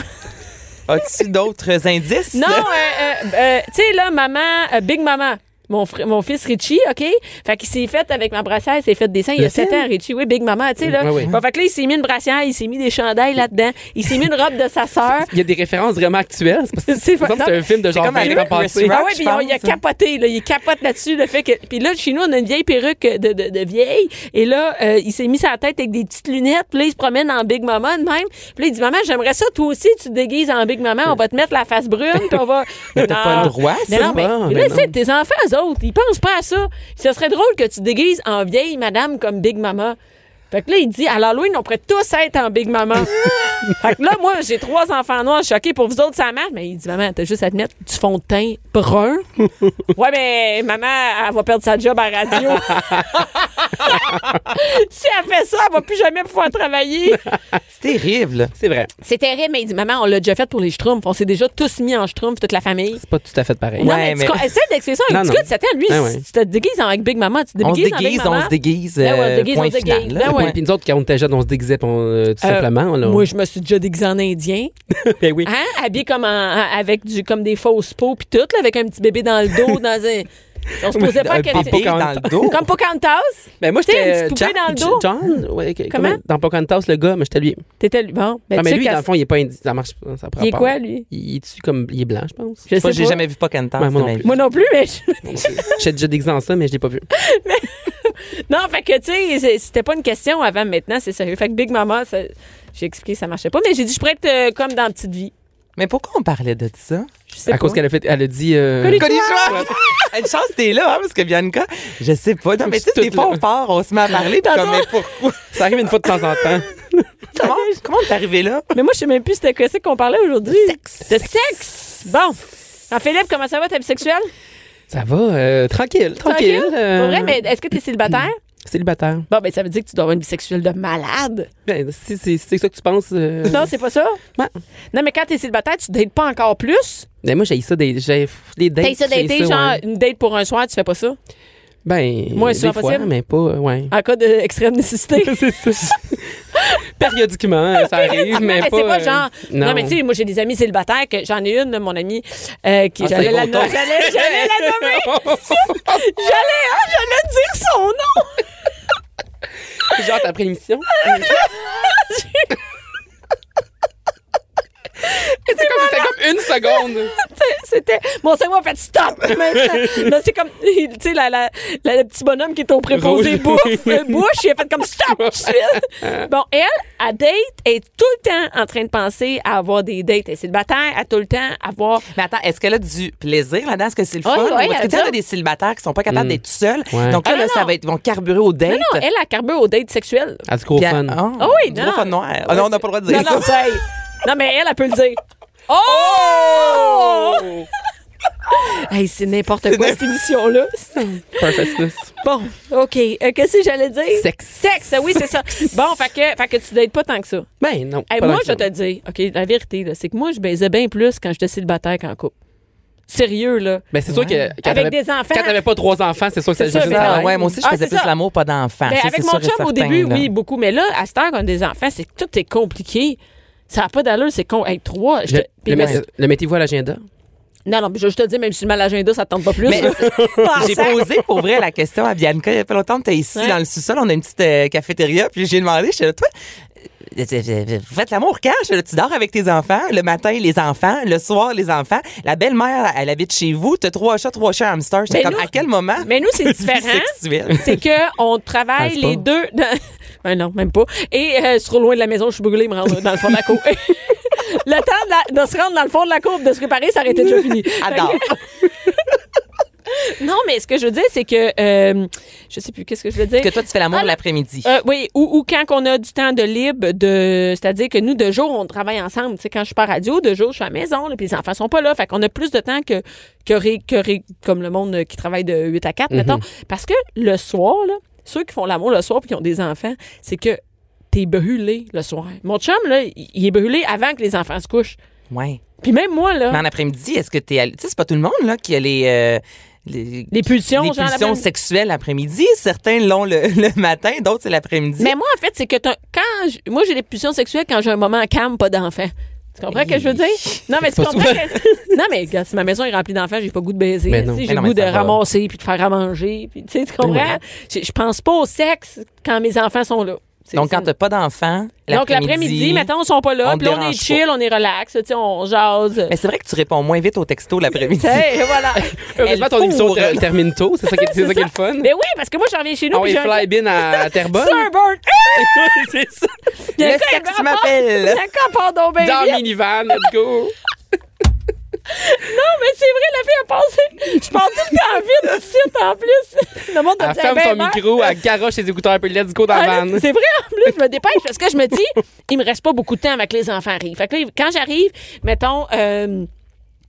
D: As-tu d'autres indices?
C: Non, euh, euh, euh, tu sais, là, maman, euh, Big Maman. Mon, fr- mon fils Richie, OK? Fait qu'il s'est fait avec ma brassière, il s'est fait des seins. Il y a
F: Le
C: 7
F: film?
C: ans, Richie. Oui, Big Maman, tu sais, là.
F: Oui, oui.
C: Bon, fait que là, il s'est mis une brassière, il s'est mis des chandails là-dedans. Il s'est mis une robe de sa sœur.
F: Il y a des références vraiment actuelles. C'est parce que
C: *laughs* C'est
F: il me semble que c'est un film de
D: C'est
F: genre
D: comme
F: 20 ans
D: avec
F: passé.
D: Chris Rock.
C: Ah ouais,
D: je
C: puis on- il a
D: pense. hein.
C: capoté, là. Il capote là-dessus, le fait que. Puis là, chez nous, on a une vieille perruque de, de, de vieille. Et là, euh, il s'est mis sa tête avec des petites lunettes. Puis là, il se promène en Big Maman de même. Puis là, il dit Maman, j'aimerais ça, toi aussi, tu te déguises en Big Maman. On va te mettre la face brune, puis on va.
F: *laughs* Mais t'as pas
C: Non.
F: le droit,
C: Mais
F: c'est
C: non, mais,
F: pas,
C: mais
F: mais
C: là, c'est
F: non.
C: tes enfants, eux autres, ils pensent pas à ça. Ce serait drôle que tu te déguises en vieille madame comme Big Mama. Fait que là, il dit, à l'Halloween, on pourrait tous être en Big Mama.
F: *laughs*
C: fait que là, moi, j'ai trois enfants noirs, je suis OK, pour vous autres, ça marche. Mais il dit, maman, t'as juste à te mettre du fond de teint brun. ouais, mais maman, elle va perdre sa job à *laughs* radio. si elle fait ça, elle va plus jamais pouvoir travailler.
D: C'est terrible.
F: C'est vrai.
C: C'est terrible, mais il dit, maman, on l'a déjà fait pour les schtroumpfs. On s'est déjà tous mis en schtroumpf, toute la famille.
F: C'est pas tout à fait pareil.
C: Non, mais,
D: Ouais, mais-
C: tu co- essaie d'expliquer ça avec
F: Non,
C: du
F: non.
C: gars de Lui,
F: Ah ouais.
C: tu te déguises en Big Maman. Tu te déguises
D: On se
C: en
D: déguise,
C: Big Maman.
D: on se déguise.
C: Ben ouais, on se
D: euh,
C: déguise, on
D: point
C: se déguise.
D: final. là.
C: Ben ouais.
F: Puis nous autres, quand on était jeunes, on se déguisait puis on, euh, tout
C: Euh,
F: simplement. là, on-
C: Moi, je me suis déjà déguisée en indien.
F: *laughs* ben oui.
C: Hein? Habillée comme, en- avec du, comme des fausses peaux, puis tout, là, avec un petit bébé dans le
F: *laughs*
C: dos, dans un. On se posait pas
D: Un
C: la question.
D: bébé dans le dos.
C: Comme Pocahontas,
F: Ben moi, j'étais.
C: T'sais, une petite poupée
F: euh,
C: dans le dos.
F: John? Ouais, que-
C: Comment?
F: Dans Pocahontas, le gars, mais j'étais lui.
C: t'étais lui. Bon, ben,
F: Ah,
C: tu
F: mais
C: sais
F: lui,
C: qu'à-
F: dans le fond, il est pas indi- Ça marche pas. Ça prend
C: Il est
F: pas.
C: quoi, lui?
F: Il est comme. Il est blanc, je pense.
C: Je
D: Moi,
C: sais
D: j'ai
C: pas.
D: jamais vu Pocahontas
F: Ouais, moi
D: de
F: non
D: ma
F: plus.
D: vie.
C: Moi non plus, mais. je-
F: *laughs* J'étais déjà déguisé en ça, mais je l'ai pas vu.
C: Non, fait que, tu sais, c'est- c'était pas une question avant, maintenant, c'est sérieux. Fait que Big Mama, ça- j'ai expliqué, ça marchait pas, mais j'ai dit, je pourrais être euh, comme dans Petite Vie.
D: Mais pourquoi on parlait de ça?
C: Je sais
F: à
C: pas.
F: cause qu'elle a fait. Elle a dit. euh,
C: Connu-
D: Konnichiwa!
C: *laughs*
D: Une chance que t'es là, hein, parce que Bianca, je sais pas. Non, mais tu sais, des
F: Tout
D: fois,
F: là.
D: on part, on
C: *laughs*
D: se met à parler, puis
C: Tantôt-
D: comme, mais
C: *laughs*
D: pourquoi?
F: Ça arrive une fois de temps en temps.
D: Comment, comment t'es arrivé là?
C: *laughs* Mais moi, je sais même plus c'était quoi c'est qu'on parlait aujourd'hui. Sexe. De sexe. Bon. Alors, Philippe, comment ça va, t'es bisexuel?
F: Ça va, euh, tranquille, tranquille.
C: Tranquille?
F: euh,
C: Pour vrai, mais est-ce que t'es célibataire?
F: Célibataire.
C: *clears throat* Bon, ben, ça veut dire que tu dois avoir une bisexuelle de malade.
F: Ben, si si- si c'est ça que tu penses. euh,
C: Non, c'est pas ça?
F: Ben.
C: Non, mais quand t'es célibataire, tu dates pas encore plus.
F: ben, moi, j'ai ça des, j'ai pff, des dates.
C: T'as ça
F: j'ai
C: daté,
F: ça,
C: genre,
F: ouais.
C: une date pour un soir, tu fais pas ça?
F: Ben,
C: Moins
F: des
C: souvent
F: fois,
C: possible. Ah.
F: mais pas, euh, ouais.
C: En cas d'extrême *laughs* nécessité.
F: *laughs* c'est ça. Périodiquement, euh, ça arrive, mais,
C: mais
F: pas.
C: c'est pas
F: euh,
C: genre. Non, mais tu sais, moi, j'ai des amis célibataires que j'en ai une, là, mon amie, euh, qui.
F: Ah,
C: j'allais
F: c'est
C: la
F: content. Oh.
C: nommer. J'allais j'allais la
F: *laughs*
C: nommer. J'allais, ah, j'allais dire son
F: *laughs*
C: nom.
F: genre, après l'émission. c'est comme, c'était comme une seconde.
C: C'était- C'était. Mon cerveau a fait
F: *laughs*
C: stop maintenant. Là, c'est comme. Tu sais, la, la, la- le petit bonhomme qui est au préposé
F: Rouge.
C: bouffe, euh, bouche, il a fait comme stop tout de suite. Bon, elle, à date, est tout le temps en train de penser à avoir des dates. Elle est célibataire, à tout le temps avoir.
D: Mais attends, est-ce qu'elle a du plaisir là-dedans? Est-ce que c'est le
C: Ouais,
D: fun?
C: ouais,
D: Ou est-ce que
C: elle
D: tu sais,
C: a-
D: on a des célibataires qui sont pas capables d'être seuls?
F: Ouais.
D: Donc là,
C: Ah,
D: là,
C: non,
D: ça
C: non.
D: va être, ils vont carburer aux dates.
C: Non, non, elle a carbure aux dates sexuelles.
F: À du gros
D: Puis
F: fun.
D: elle- oh,
C: Ah oui,
D: du
C: non,
D: gros
C: non.
D: fun noir. Ah non, on n'a pas le droit de
C: *laughs*
D: dire
C: Non,
D: ça.
C: non, ça, elle- non, mais elle, elle peut le dire. Oh! Hey, c'est n'importe quoi, cette émission-là.
F: Perfectness.
C: Bon, OK. Euh, Qu'est-ce que j'allais dire?
F: Sexe.
C: Sexe, Ah oui, c'est ça. Bon, fait que, fait que tu dates pas tant que ça.
F: Ben, non.
C: Hey,
F: pas
C: moi,
F: dans le
C: je vais
F: genre.
C: te dire, OK, la vérité, là, c'est que moi, je baisais bien plus quand j'étais célibataire qu'en couple. Sérieux, là.
F: Ben, c'est sûr que. quand
C: Avec
F: t'avais-
C: des enfants.
F: Quand t'avais pas trois enfants, c'est sûr que ça
C: C'est sûr,
F: j'imagine
C: mais
F: ça
D: Ah,
C: non.
D: ouais, moi aussi, je
C: Ah,
D: faisais
C: c'est
D: plus
C: ça.
D: l'amour, pas d'enfant.
C: Ben,
D: Ça,
C: avec
D: c'est
C: mon chum,
D: sûr et
C: au
D: certain,
C: début,
D: là. *laughs*
C: oui, beaucoup. Mais là, à cette heure, quand on a des enfants, c'est que tout est compliqué. Ça n'a pas d'allure, c'est con. Hey, trois.
F: Je-
C: j'étais-
F: le,
C: Puis moi,
F: met- le mettez-vous à l'agenda.
C: Non, non, mais je, je te le dis, même si c'est mal agenda, ça ne tombe pas plus.
D: Mais-
C: là.
D: J'ai
C: Pensant-
D: posé pour vrai la question à Bianca il y a pas longtemps. T'es ici
C: Ouais.
D: dans le sous-sol, on a une petite euh, cafétéria. Puis j'ai demandé, je suis là, toi, euh, euh, vous faites l'amour quand? J'étais là, tu dors avec tes enfants, le matin, les enfants, le soir, les enfants. La belle-mère, elle habite chez vous, t'as trois chats, trois chats hamsters. J'étais
C: Mais
D: comme,
C: nous-
D: à quel moment?
C: Mais nous, c'est
D: *laughs* vie
C: différent.
D: sexuelle?
C: C'est qu'on travaille
F: Ah, c'est pas-
C: les deux. dans- *laughs* Ben non, même pas. Et euh, c'est trop loin de la maison, je suis brûlée, me rendre dans le fond de la cour. *laughs* le temps de, la- de se rendre dans le fond de la cour, de se réparer, ça aurait été déjà
F: *laughs*
C: fini. *laughs*
D: Adore.
C: Non, mais ce que je veux dire, c'est que. euh, je sais plus, qu'est-ce que je veux dire?
D: que toi, tu fais l'amour
C: Ah,
D: l'après-midi.
C: Euh, oui, ou, ou quand on a du temps de libre, de, c'est-à-dire que nous, de jour, on travaille ensemble. Tu sais, quand je suis pas à radio, de jour, je suis à la maison, là, puis les enfants sont pas là. Fait qu'on a plus de temps que, que, ré- que ré- comme le monde euh, qui travaille de 8 à 4,
D: Mm-hmm.
C: mettons. Parce que le soir, là, ceux qui font l'amour le soir puis qui ont des enfants, c'est que t'es brûlé le soir. Mon chum, là, il- il est brûlé avant que les enfants se couchent.
D: Ouais.
C: Puis même moi, là,
D: Mais en après-midi, est-ce que t'es. allé- Tu sais, c'est pas tout le monde, là, qui a les. euh, les,
C: les pulsions,
D: les
C: genre,
D: pulsions
C: l'après-midi.
D: sexuelles l'après-midi. Certains l'ont le, *laughs* le matin, d'autres c'est l'après-midi.
C: Mais moi, en fait, c'est que t'as- quand j'- moi, j'ai des pulsions sexuelles quand j'ai un moment calme, pas d'enfant. Tu comprends ce que je veux dire? Non, mais tu
F: Pas
C: comprends que- Non, mais regarde, si ma maison est remplie d'enfants, j'ai pas le goût de baiser.
F: Mais
C: tu
F: non.
C: sais, J'ai
D: Mais
C: le
D: non,
C: goût
D: mais
C: de
D: ça va.
C: ramasser puis de faire à manger. Puis, tu sais, tu comprends? Je je pense pas au sexe quand mes enfants sont là. C'est-
D: Donc,
C: c'est-
D: quand t'as pas d'enfants,
C: Donc, l'après-midi, maintenant, ils sont pas là.
D: on
C: Puis là, on est
D: dérange
C: chill, on est relax, tu sais, on jase.
D: Mais c'est vrai que tu réponds moins vite aux textos l'après-midi.
C: Tu
D: *laughs*
C: sais, voilà.
F: Heureusement,
D: Elle
F: ton émission
D: fourre.
F: ter- termine tôt. C'est ça qui est, c'est ça qui est le fun.
C: mais oui, parce que moi, j'en viens chez
D: Ah
C: nous.
F: On
C: puis
F: est
C: j'ai un- *laughs*
F: fly-bin à Terrebonne.
C: Starburn!
F: c'est ça.
C: Il y a *laughs*
D: Le
C: un gars, il me
D: sexe
C: rapporte-
D: m'appelle.
C: Le gars part donc bien
F: *laughs* Dans
C: vite.
F: minivan, let's
C: *laughs*
F: go.
C: Non, Ah, mais c'est vrai, la fille a passé. Je parle tout le temps vite du site en plus. Le monde doit
F: Elle
C: dire,
F: ferme
C: ben,
F: son
C: ben.
F: micro, elle garoche ses écouteurs un peu, let's go dans
C: Ah,
F: la
C: là,
F: van.
C: C'est vrai, en plus, je me dépêche parce que je me dis, il me reste pas beaucoup de temps avec les enfants arrivent. Fait que là, quand j'arrive, mettons, euh,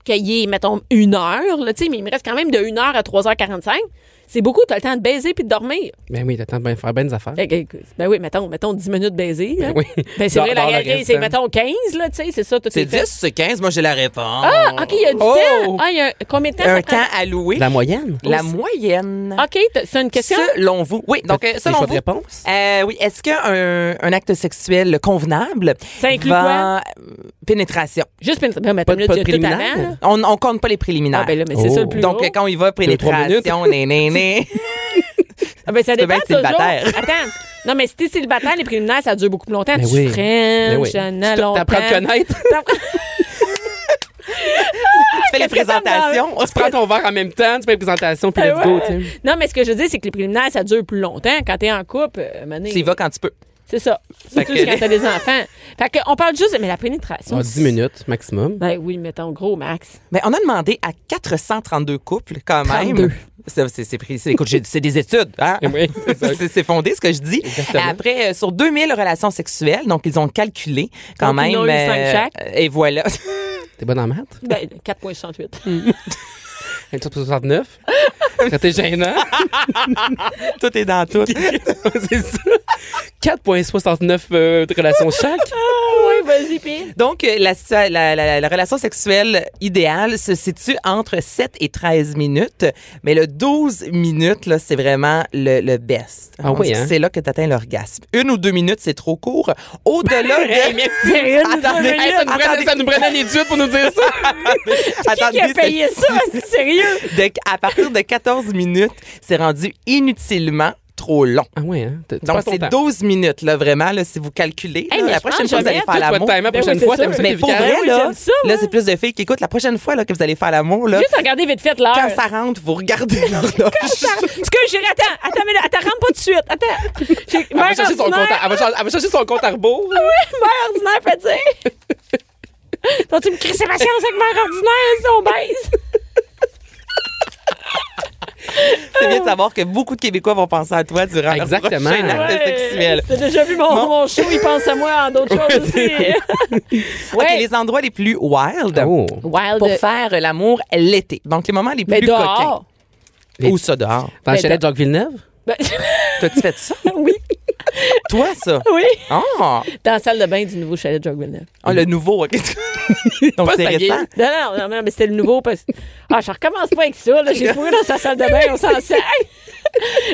C: qu'il y ait, mettons, une heure, là, tu sais, mais il me reste quand même de 1 heure à 3h45. C'est beaucoup, t'as le temps de baiser puis de dormir.
F: Ben oui, t'attends de bien faire bien des affaires.
C: Fait que, écoute, Ben oui, mettons, mettons 10 minutes de baiser. là.
F: Oui.
C: Ben, c'est
F: Dans-
C: vrai, la
F: dans le
C: réalité,
F: reste,
C: c'est
F: hein.
C: mettons 15, là, tu sais, c'est ça, tout
G: C'est
C: est fait.
G: 10, c'est 15, moi j'ai la réponse.
C: Ah, OK, il y a du
F: Oh!
C: temps. Ah, il y a combien de temps
D: Un
C: ça prend?
D: temps alloué.
F: La moyenne?
D: La moyenne.
C: OK, t'as- c'est une question?
D: Selon vous. Oui, donc euh,
F: Des
D: selon
F: choix de
D: vous.
F: réponse?
D: euh, oui, est-ce qu'un un acte sexuel convenable
C: Ça inclut
D: va euh, pénétration
C: Juste une ben, mettons,
F: Pas de-
C: là,
F: pas
C: il y a
F: de
C: tout
F: préliminaire?
C: avant. là.
D: Ah. On, on compte pas les préliminaires.
C: Ah, ben là, mais c'est
F: Oh.
C: ça le plus
D: donc
C: gros.
D: euh, quand il va pénétration, né né né.
C: *laughs* Ah, ben, ça
D: tu
C: dépend
D: peux bien être
C: toujours.
D: célibataire.
C: Attends. Non, mais si t'es célibataire, les préliminaires, ça dure beaucoup plus longtemps.
F: Ben
C: tu
F: oui.
C: freines,
F: Ben oui.
C: tu en as
F: Tu
C: longtemps.
F: T'apprends à
C: *laughs*
F: te connaître.
D: tu fais les
C: Ah, Qu'est-ce que ça me
D: présentations.
F: tu
C: *laughs*
F: prends ton verre en même temps, tu fais une présentation, puis
C: Ah
F: let's go,
C: ouais.
F: tu sais.
C: Non, mais ce que je veux dire, c'est que les préliminaires, ça dure plus longtemps. Quand t'es en couple, euh, à un moment donné,
D: Tu y vas quand tu peux.
C: c'est ça.
D: Fait
C: Surtout
D: que-
C: quand t'as des enfants. Fait que, on parle juste de mais la pénétration.
F: Ah, 10 minutes maximum.
C: Ben oui, mettons gros, Max.
D: Mais on a demandé à 432 couples quand même.
F: 32.
D: Ça, C'est c'est pris- c'est- écoute, j'ai- c'est des études. hein?
F: *laughs* Oui, c'est ça.
D: C'est- c'est fondé ce que je dis.
F: Exactement.
D: Après, euh, sur 2000 relations sexuelles, donc ils ont calculé quand
C: Donc,
D: même.
C: ils
D: euh,
C: en ont eu cinq chaque.
D: et voilà. *laughs*
F: T'es bonne en maths?
C: Ben, *laughs* 4,68.
F: 69. Ça t'es gênant.
D: tout est dans tout.
F: *laughs* c'est ça. 4,69 euh, de relations chaque.
C: *laughs*
F: *laughs*
C: oui, vas-y, pis.
D: Donc, euh, la, situa- la- la- la relation sexuelle idéale se situe entre 7 et 13 minutes, mais le 12 minutes, là, c'est vraiment le, le best.
F: Ah
D: On
F: oui,
D: dit que
F: hein?
D: C'est là que tu atteins l'orgasme. Une ou deux minutes, c'est trop court.
C: *laughs*
D: Au-delà de... Attendez,
F: *laughs* Hey, ça, nous prenait,
D: attendez,
F: ça nous prenait une étude pour nous dire ça. *laughs*
C: Qui a
D: *laughs* attendez, c'est-
C: payé
D: *laughs*
C: ça? C'est sérieux?
D: de- à partir de 14 minutes, c'est rendu inutilement trop long.
F: Ah ouais, hein? T'as- tu
D: Donc,
F: passes ton
D: c'est
F: temps.
D: 12 minutes, là, vraiment, là, si vous calculez.
C: Hey,
D: là,
C: mais
D: la
C: je pense
D: prochaine
C: que
D: fois, vous allez
C: jamais
D: faire
F: Toi, tu vas
D: l'amour.
F: te faire aimer la
C: Ben oui,
F: prochaine
C: c'est
F: fois.
C: sûr.
F: T'aimes ça,
D: Mais
F: t'es
D: pour
F: efficace.
D: vrai,
C: oui,
D: là,
C: j'aime ça, hein?
D: là, c'est plus de filles qui écoutent. La prochaine fois là, que vous allez faire l'amour, là,
C: Juste regarder vite fait l'heure.
D: quand ça rentre, vous regardez *laughs* l'horloge.
C: Ce que j'ai attends, attends, mais là, attends, rentre pas tout de suite. Attends. J'ai-
F: Elle
C: Mère
F: va chercher son compte
C: ordinaire-
F: à- elle va chercher- elle va chercher son compte à rebours.
C: Ah oui, mère ordinaire, fait dire. Vas-tu me crisser patience avec mère ordinaire si on baise?
D: C'est bien de savoir que beaucoup de Québécois vont penser à toi durant
F: Exactement.
D: leur prochain acte
C: Ouais,
D: sexuel.
C: T'as déjà vu mon,
D: Bon.
C: mon show, il pense à moi en d'autres choses *laughs* aussi.
D: OK,
C: Ouais.
D: les endroits les plus wild
F: Oh.
C: Wild.
D: pour faire l'amour l'été. Donc, les moments les
C: Mais
D: plus coquins.
C: dehors.
F: Les-
D: Ou ça dehors.
F: Dans
C: Ben,
F: le chalet de Jacques Villeneuve?
C: Ben, *laughs*
D: T'as-tu fait ça?
C: oui,
D: Toi,
F: *laughs*
D: ça?
C: oui.
D: Ah!
C: Dans la salle de bain du nouveau chalet de Jacques Villeneuve.
D: Ah, le nouveau, OK. *laughs* Donc, c'est
F: ça, Guy.
D: récent.
C: Non, non, non, non, mais c'était le nouveau. Parce... Ah, je recommence pas avec ça. là. J'ai fourré dans sa salle de bain, on s'en sert.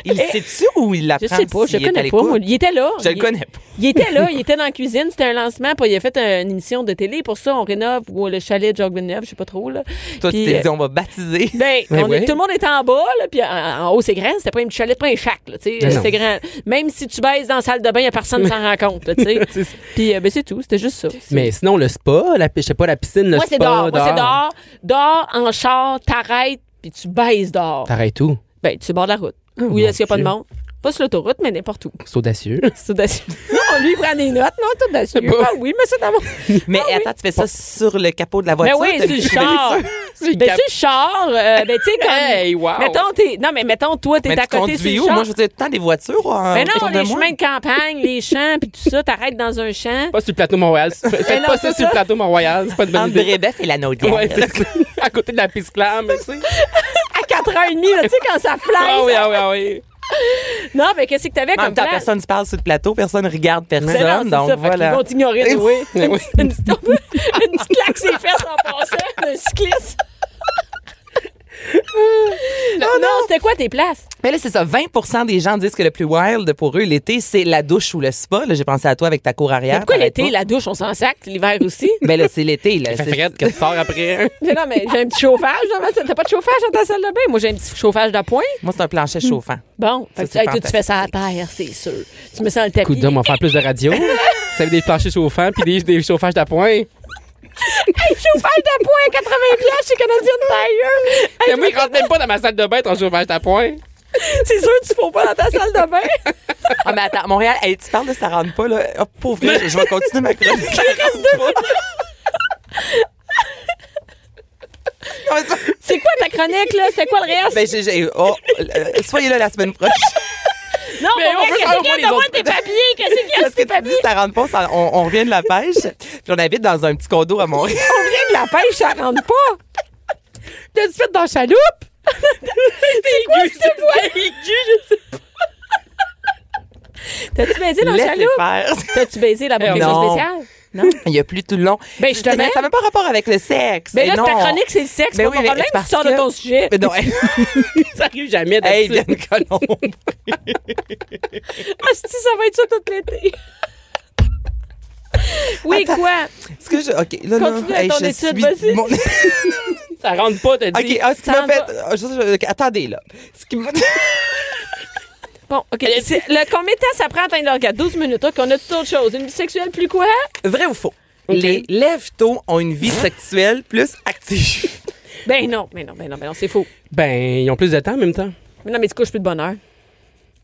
D: Il sait-tu où il
C: Je
D: l'apprend?
C: sais pas, je
D: s'il est
C: le connais
D: à
C: pas.
D: l'écoute?
C: moi. Il était là.
D: Je le
C: Il-
D: connais pas.
C: Il était là, il était dans la cuisine, c'était un lancement, puis il a fait un- une émission de télé. Pour ça, on rénove ou le chalet de Jacques Villeneuve, je sais pas trop. Là.
D: Toi, tu
C: Puis,
D: t'es
C: euh,
D: dit, on va baptiser.
C: *laughs* Ben,
F: Ben
C: on
F: ouais.
C: est- tout le monde était en bas, là, puis en, en haut, c'est grand. C'était pas un petit chalet, pas un shack, là, tu sais. euh,
F: Ben non.
C: C'est grand. Même si tu baises dans la salle de bain, y a personne qui s'en rend compte, là, tu sais.
F: *laughs* C'est ça.
C: Puis, euh, ben, c'est tout. C'était juste ça.
F: Mais sinon, le spa, la, je sais pas, la piscine, le
C: moi,
F: spa.
C: c'est dehors. Moi, c'est dehors. Dehors, en char, t'arrêtes, puis tu baises dehors.
F: T'arrêtes tout.
C: Ben, tu es bord de la route. oui,
F: Oh mon
C: est-ce qu'il y a pas de
F: Dieu.
C: monde? Pas sur l'autoroute, mais n'importe où.
F: *laughs* C'est audacieux.
C: C'est audacieux. *laughs* non, lui, il prend des notes. Non, c'est audacieux.
F: Bon.
C: Ah oui, mais c'est
F: *laughs*
C: dans mon...
D: Mais attends, tu fais ça sur le capot de la
C: Ben
D: voiture?
C: oui,
D: T'as
C: c'est le
D: vu-
C: char.
F: C'est
C: Ben, *laughs* c'est le char. euh, ben, tu sais, comme.
F: Hey, wow.
C: Mettons, t'es. Non, mais mettons, toi, t'es
D: *laughs* Mais
C: à
D: tu
C: côté sur
D: conduis
C: le
D: où?
C: char.
D: Moi, je veux dire, tout le temps des voitures. en-
C: ben
D: autour
C: non,
D: de
C: les
D: moi.
C: chemins de campagne, les champs, puis tout ça, t'arrêtes dans un champ.
F: Pas sur le plateau Mont-Royal. Faites
C: non,
F: pas
C: c'est
F: ça sur le
C: ça.
F: plateau Mont-Royal. Ben, C'est pas de bonne
D: Entre
F: idée.
D: Brébeuf et la Naudière.
F: Ouais, c'est ça. *laughs* À côté de la piste clam, tu sais.
C: À 4h30, là, tu sais, quand *laughs* ça flash.
F: Ah oui, ah oui, ah oui.
C: Non, mais qu'est-ce que t'avais
D: En
C: comme
D: même temps,
C: plan?
D: personne ne se parle sur le plateau, personne ne regarde
C: Ben non,
D: personne.
C: c'est
D: donc
C: ça, fait qu'ils
D: voilà. Ben
C: vont
D: *laughs*
C: t'ignorer, oui.
F: Eh oui.
C: *laughs* Une petite une petite claque ses fesses en passant d'un
D: *laughs*
C: cycliste. non, non, c'était quoi tes places?
D: Mais là, c'est ça. 20 des gens disent que le plus wild pour eux l'été, c'est la douche ou le spa. Là, j'ai pensé à toi avec ta cour
C: Mais
D: arrière.
C: pourquoi
D: par
C: l'été,
D: exemple.
C: la douche, on s'en sac, l'hiver aussi?
D: Mais là, c'est l'été. Là.
F: *laughs* Il fait
D: C'est-
F: frette que tu sors après.
C: Mais non, mais j'ai un petit chauffage. dans ma salle. T'as pas de chauffage dans ta salle de bain? Moi, j'ai un petit chauffage d'appoint.
D: Moi, c'est un plancher chauffant.
C: Bon, fait que,
D: c'est
C: hey, toi, tu fais ça à terre, c'est sûr. Tu mets ça dans le tapis. *laughs*
F: Écoute, on va faire plus de radio. Ça fait des planchers chauffants puis des, des chauffages d'appoint.
C: chauffage d'appoint à 80 pièces chez Canadian Tire. Hey,
F: Mais moi, il rentre même pas dans ma salle de bain ton chauffage d'appoint.
C: c'est sûr que tu fous pas dans ta salle de bain.
D: *laughs* Ah, mais attends, Montréal, hey, tu parles de ça rentre pas, là. Oh, pauvre, là, je- je vais continuer ma *laughs* chronique. Ça rentre pas. *laughs* Comment ça?
C: C'est quoi ta chronique, là? C'est quoi le reste?
D: Ben, j'ai- j'ai- oh, euh, soyez là la semaine prochaine.
C: non,
F: mais
C: mais
F: on veut
C: qu'est-ce
F: savoir
C: qu'il y a
F: les
C: de moi
F: autres.
C: tes papiers? Qu'est-ce qu'il y a
D: Parce
C: de
D: que
C: tes
D: tu dis,
C: papiers?
D: ça rentre pas, ça- on, on revient de la pêche. Puis on habite dans un petit condo à Montréal.
C: *laughs*
D: *laughs*
C: On vient de la pêche, ça rentre pas. T'as-tu fait dans la chaloupe? c'est quoi cette voix? T'as-tu baisé dans le
D: Laissez
C: chaloupe? *laughs*
D: faire.
C: T'as-tu baisé la bonne
F: Eh
C: chose
D: non.
C: spéciale? Non?
D: Il y a plus tout le long.
C: Ben, justement.
D: Mais ça n'a pas rapport avec le sexe.
C: Mais
D: Eh
C: Ben là,
D: non.
C: ta chronique, c'est le sexe.
D: Ben
C: pas
D: oui,
C: mon
D: mais
C: problème, tu
D: c'est parce
C: sors de
D: que-
C: ton sujet. *laughs*
D: Mais non, hey,
F: Ça arrive jamais
D: hey,
F: d'être
D: Bianca Lompré.
C: Ah, si, ça va être ça toute l'été. oui, quoi?
D: Est-ce que je. OK, là, là,
C: Continue à ton
D: je
C: étude,
D: suis-
C: vas-y. *laughs*
D: mon-
F: Ça rentre pas, t'as dit.
D: OK, ah, ce qui
C: Ça
D: m'a
C: en
D: fait. ah, je- je- attendez, là. Ce qui m'a.
C: Bon, OK. C'est- Le, combien de temps ça prend à atteindre l'orgasme? 12 minutes. OK, on a tout autre chose. Une vie sexuelle plus quoi?
D: Vrai ou faux? Les lève-tôt ont une vie sexuelle plus active.
C: Ben non, ben non, ben non, ben non, c'est faux.
F: Ben, ils ont plus de temps en même temps.
C: Mais non, mais tu couches plus de bonheur.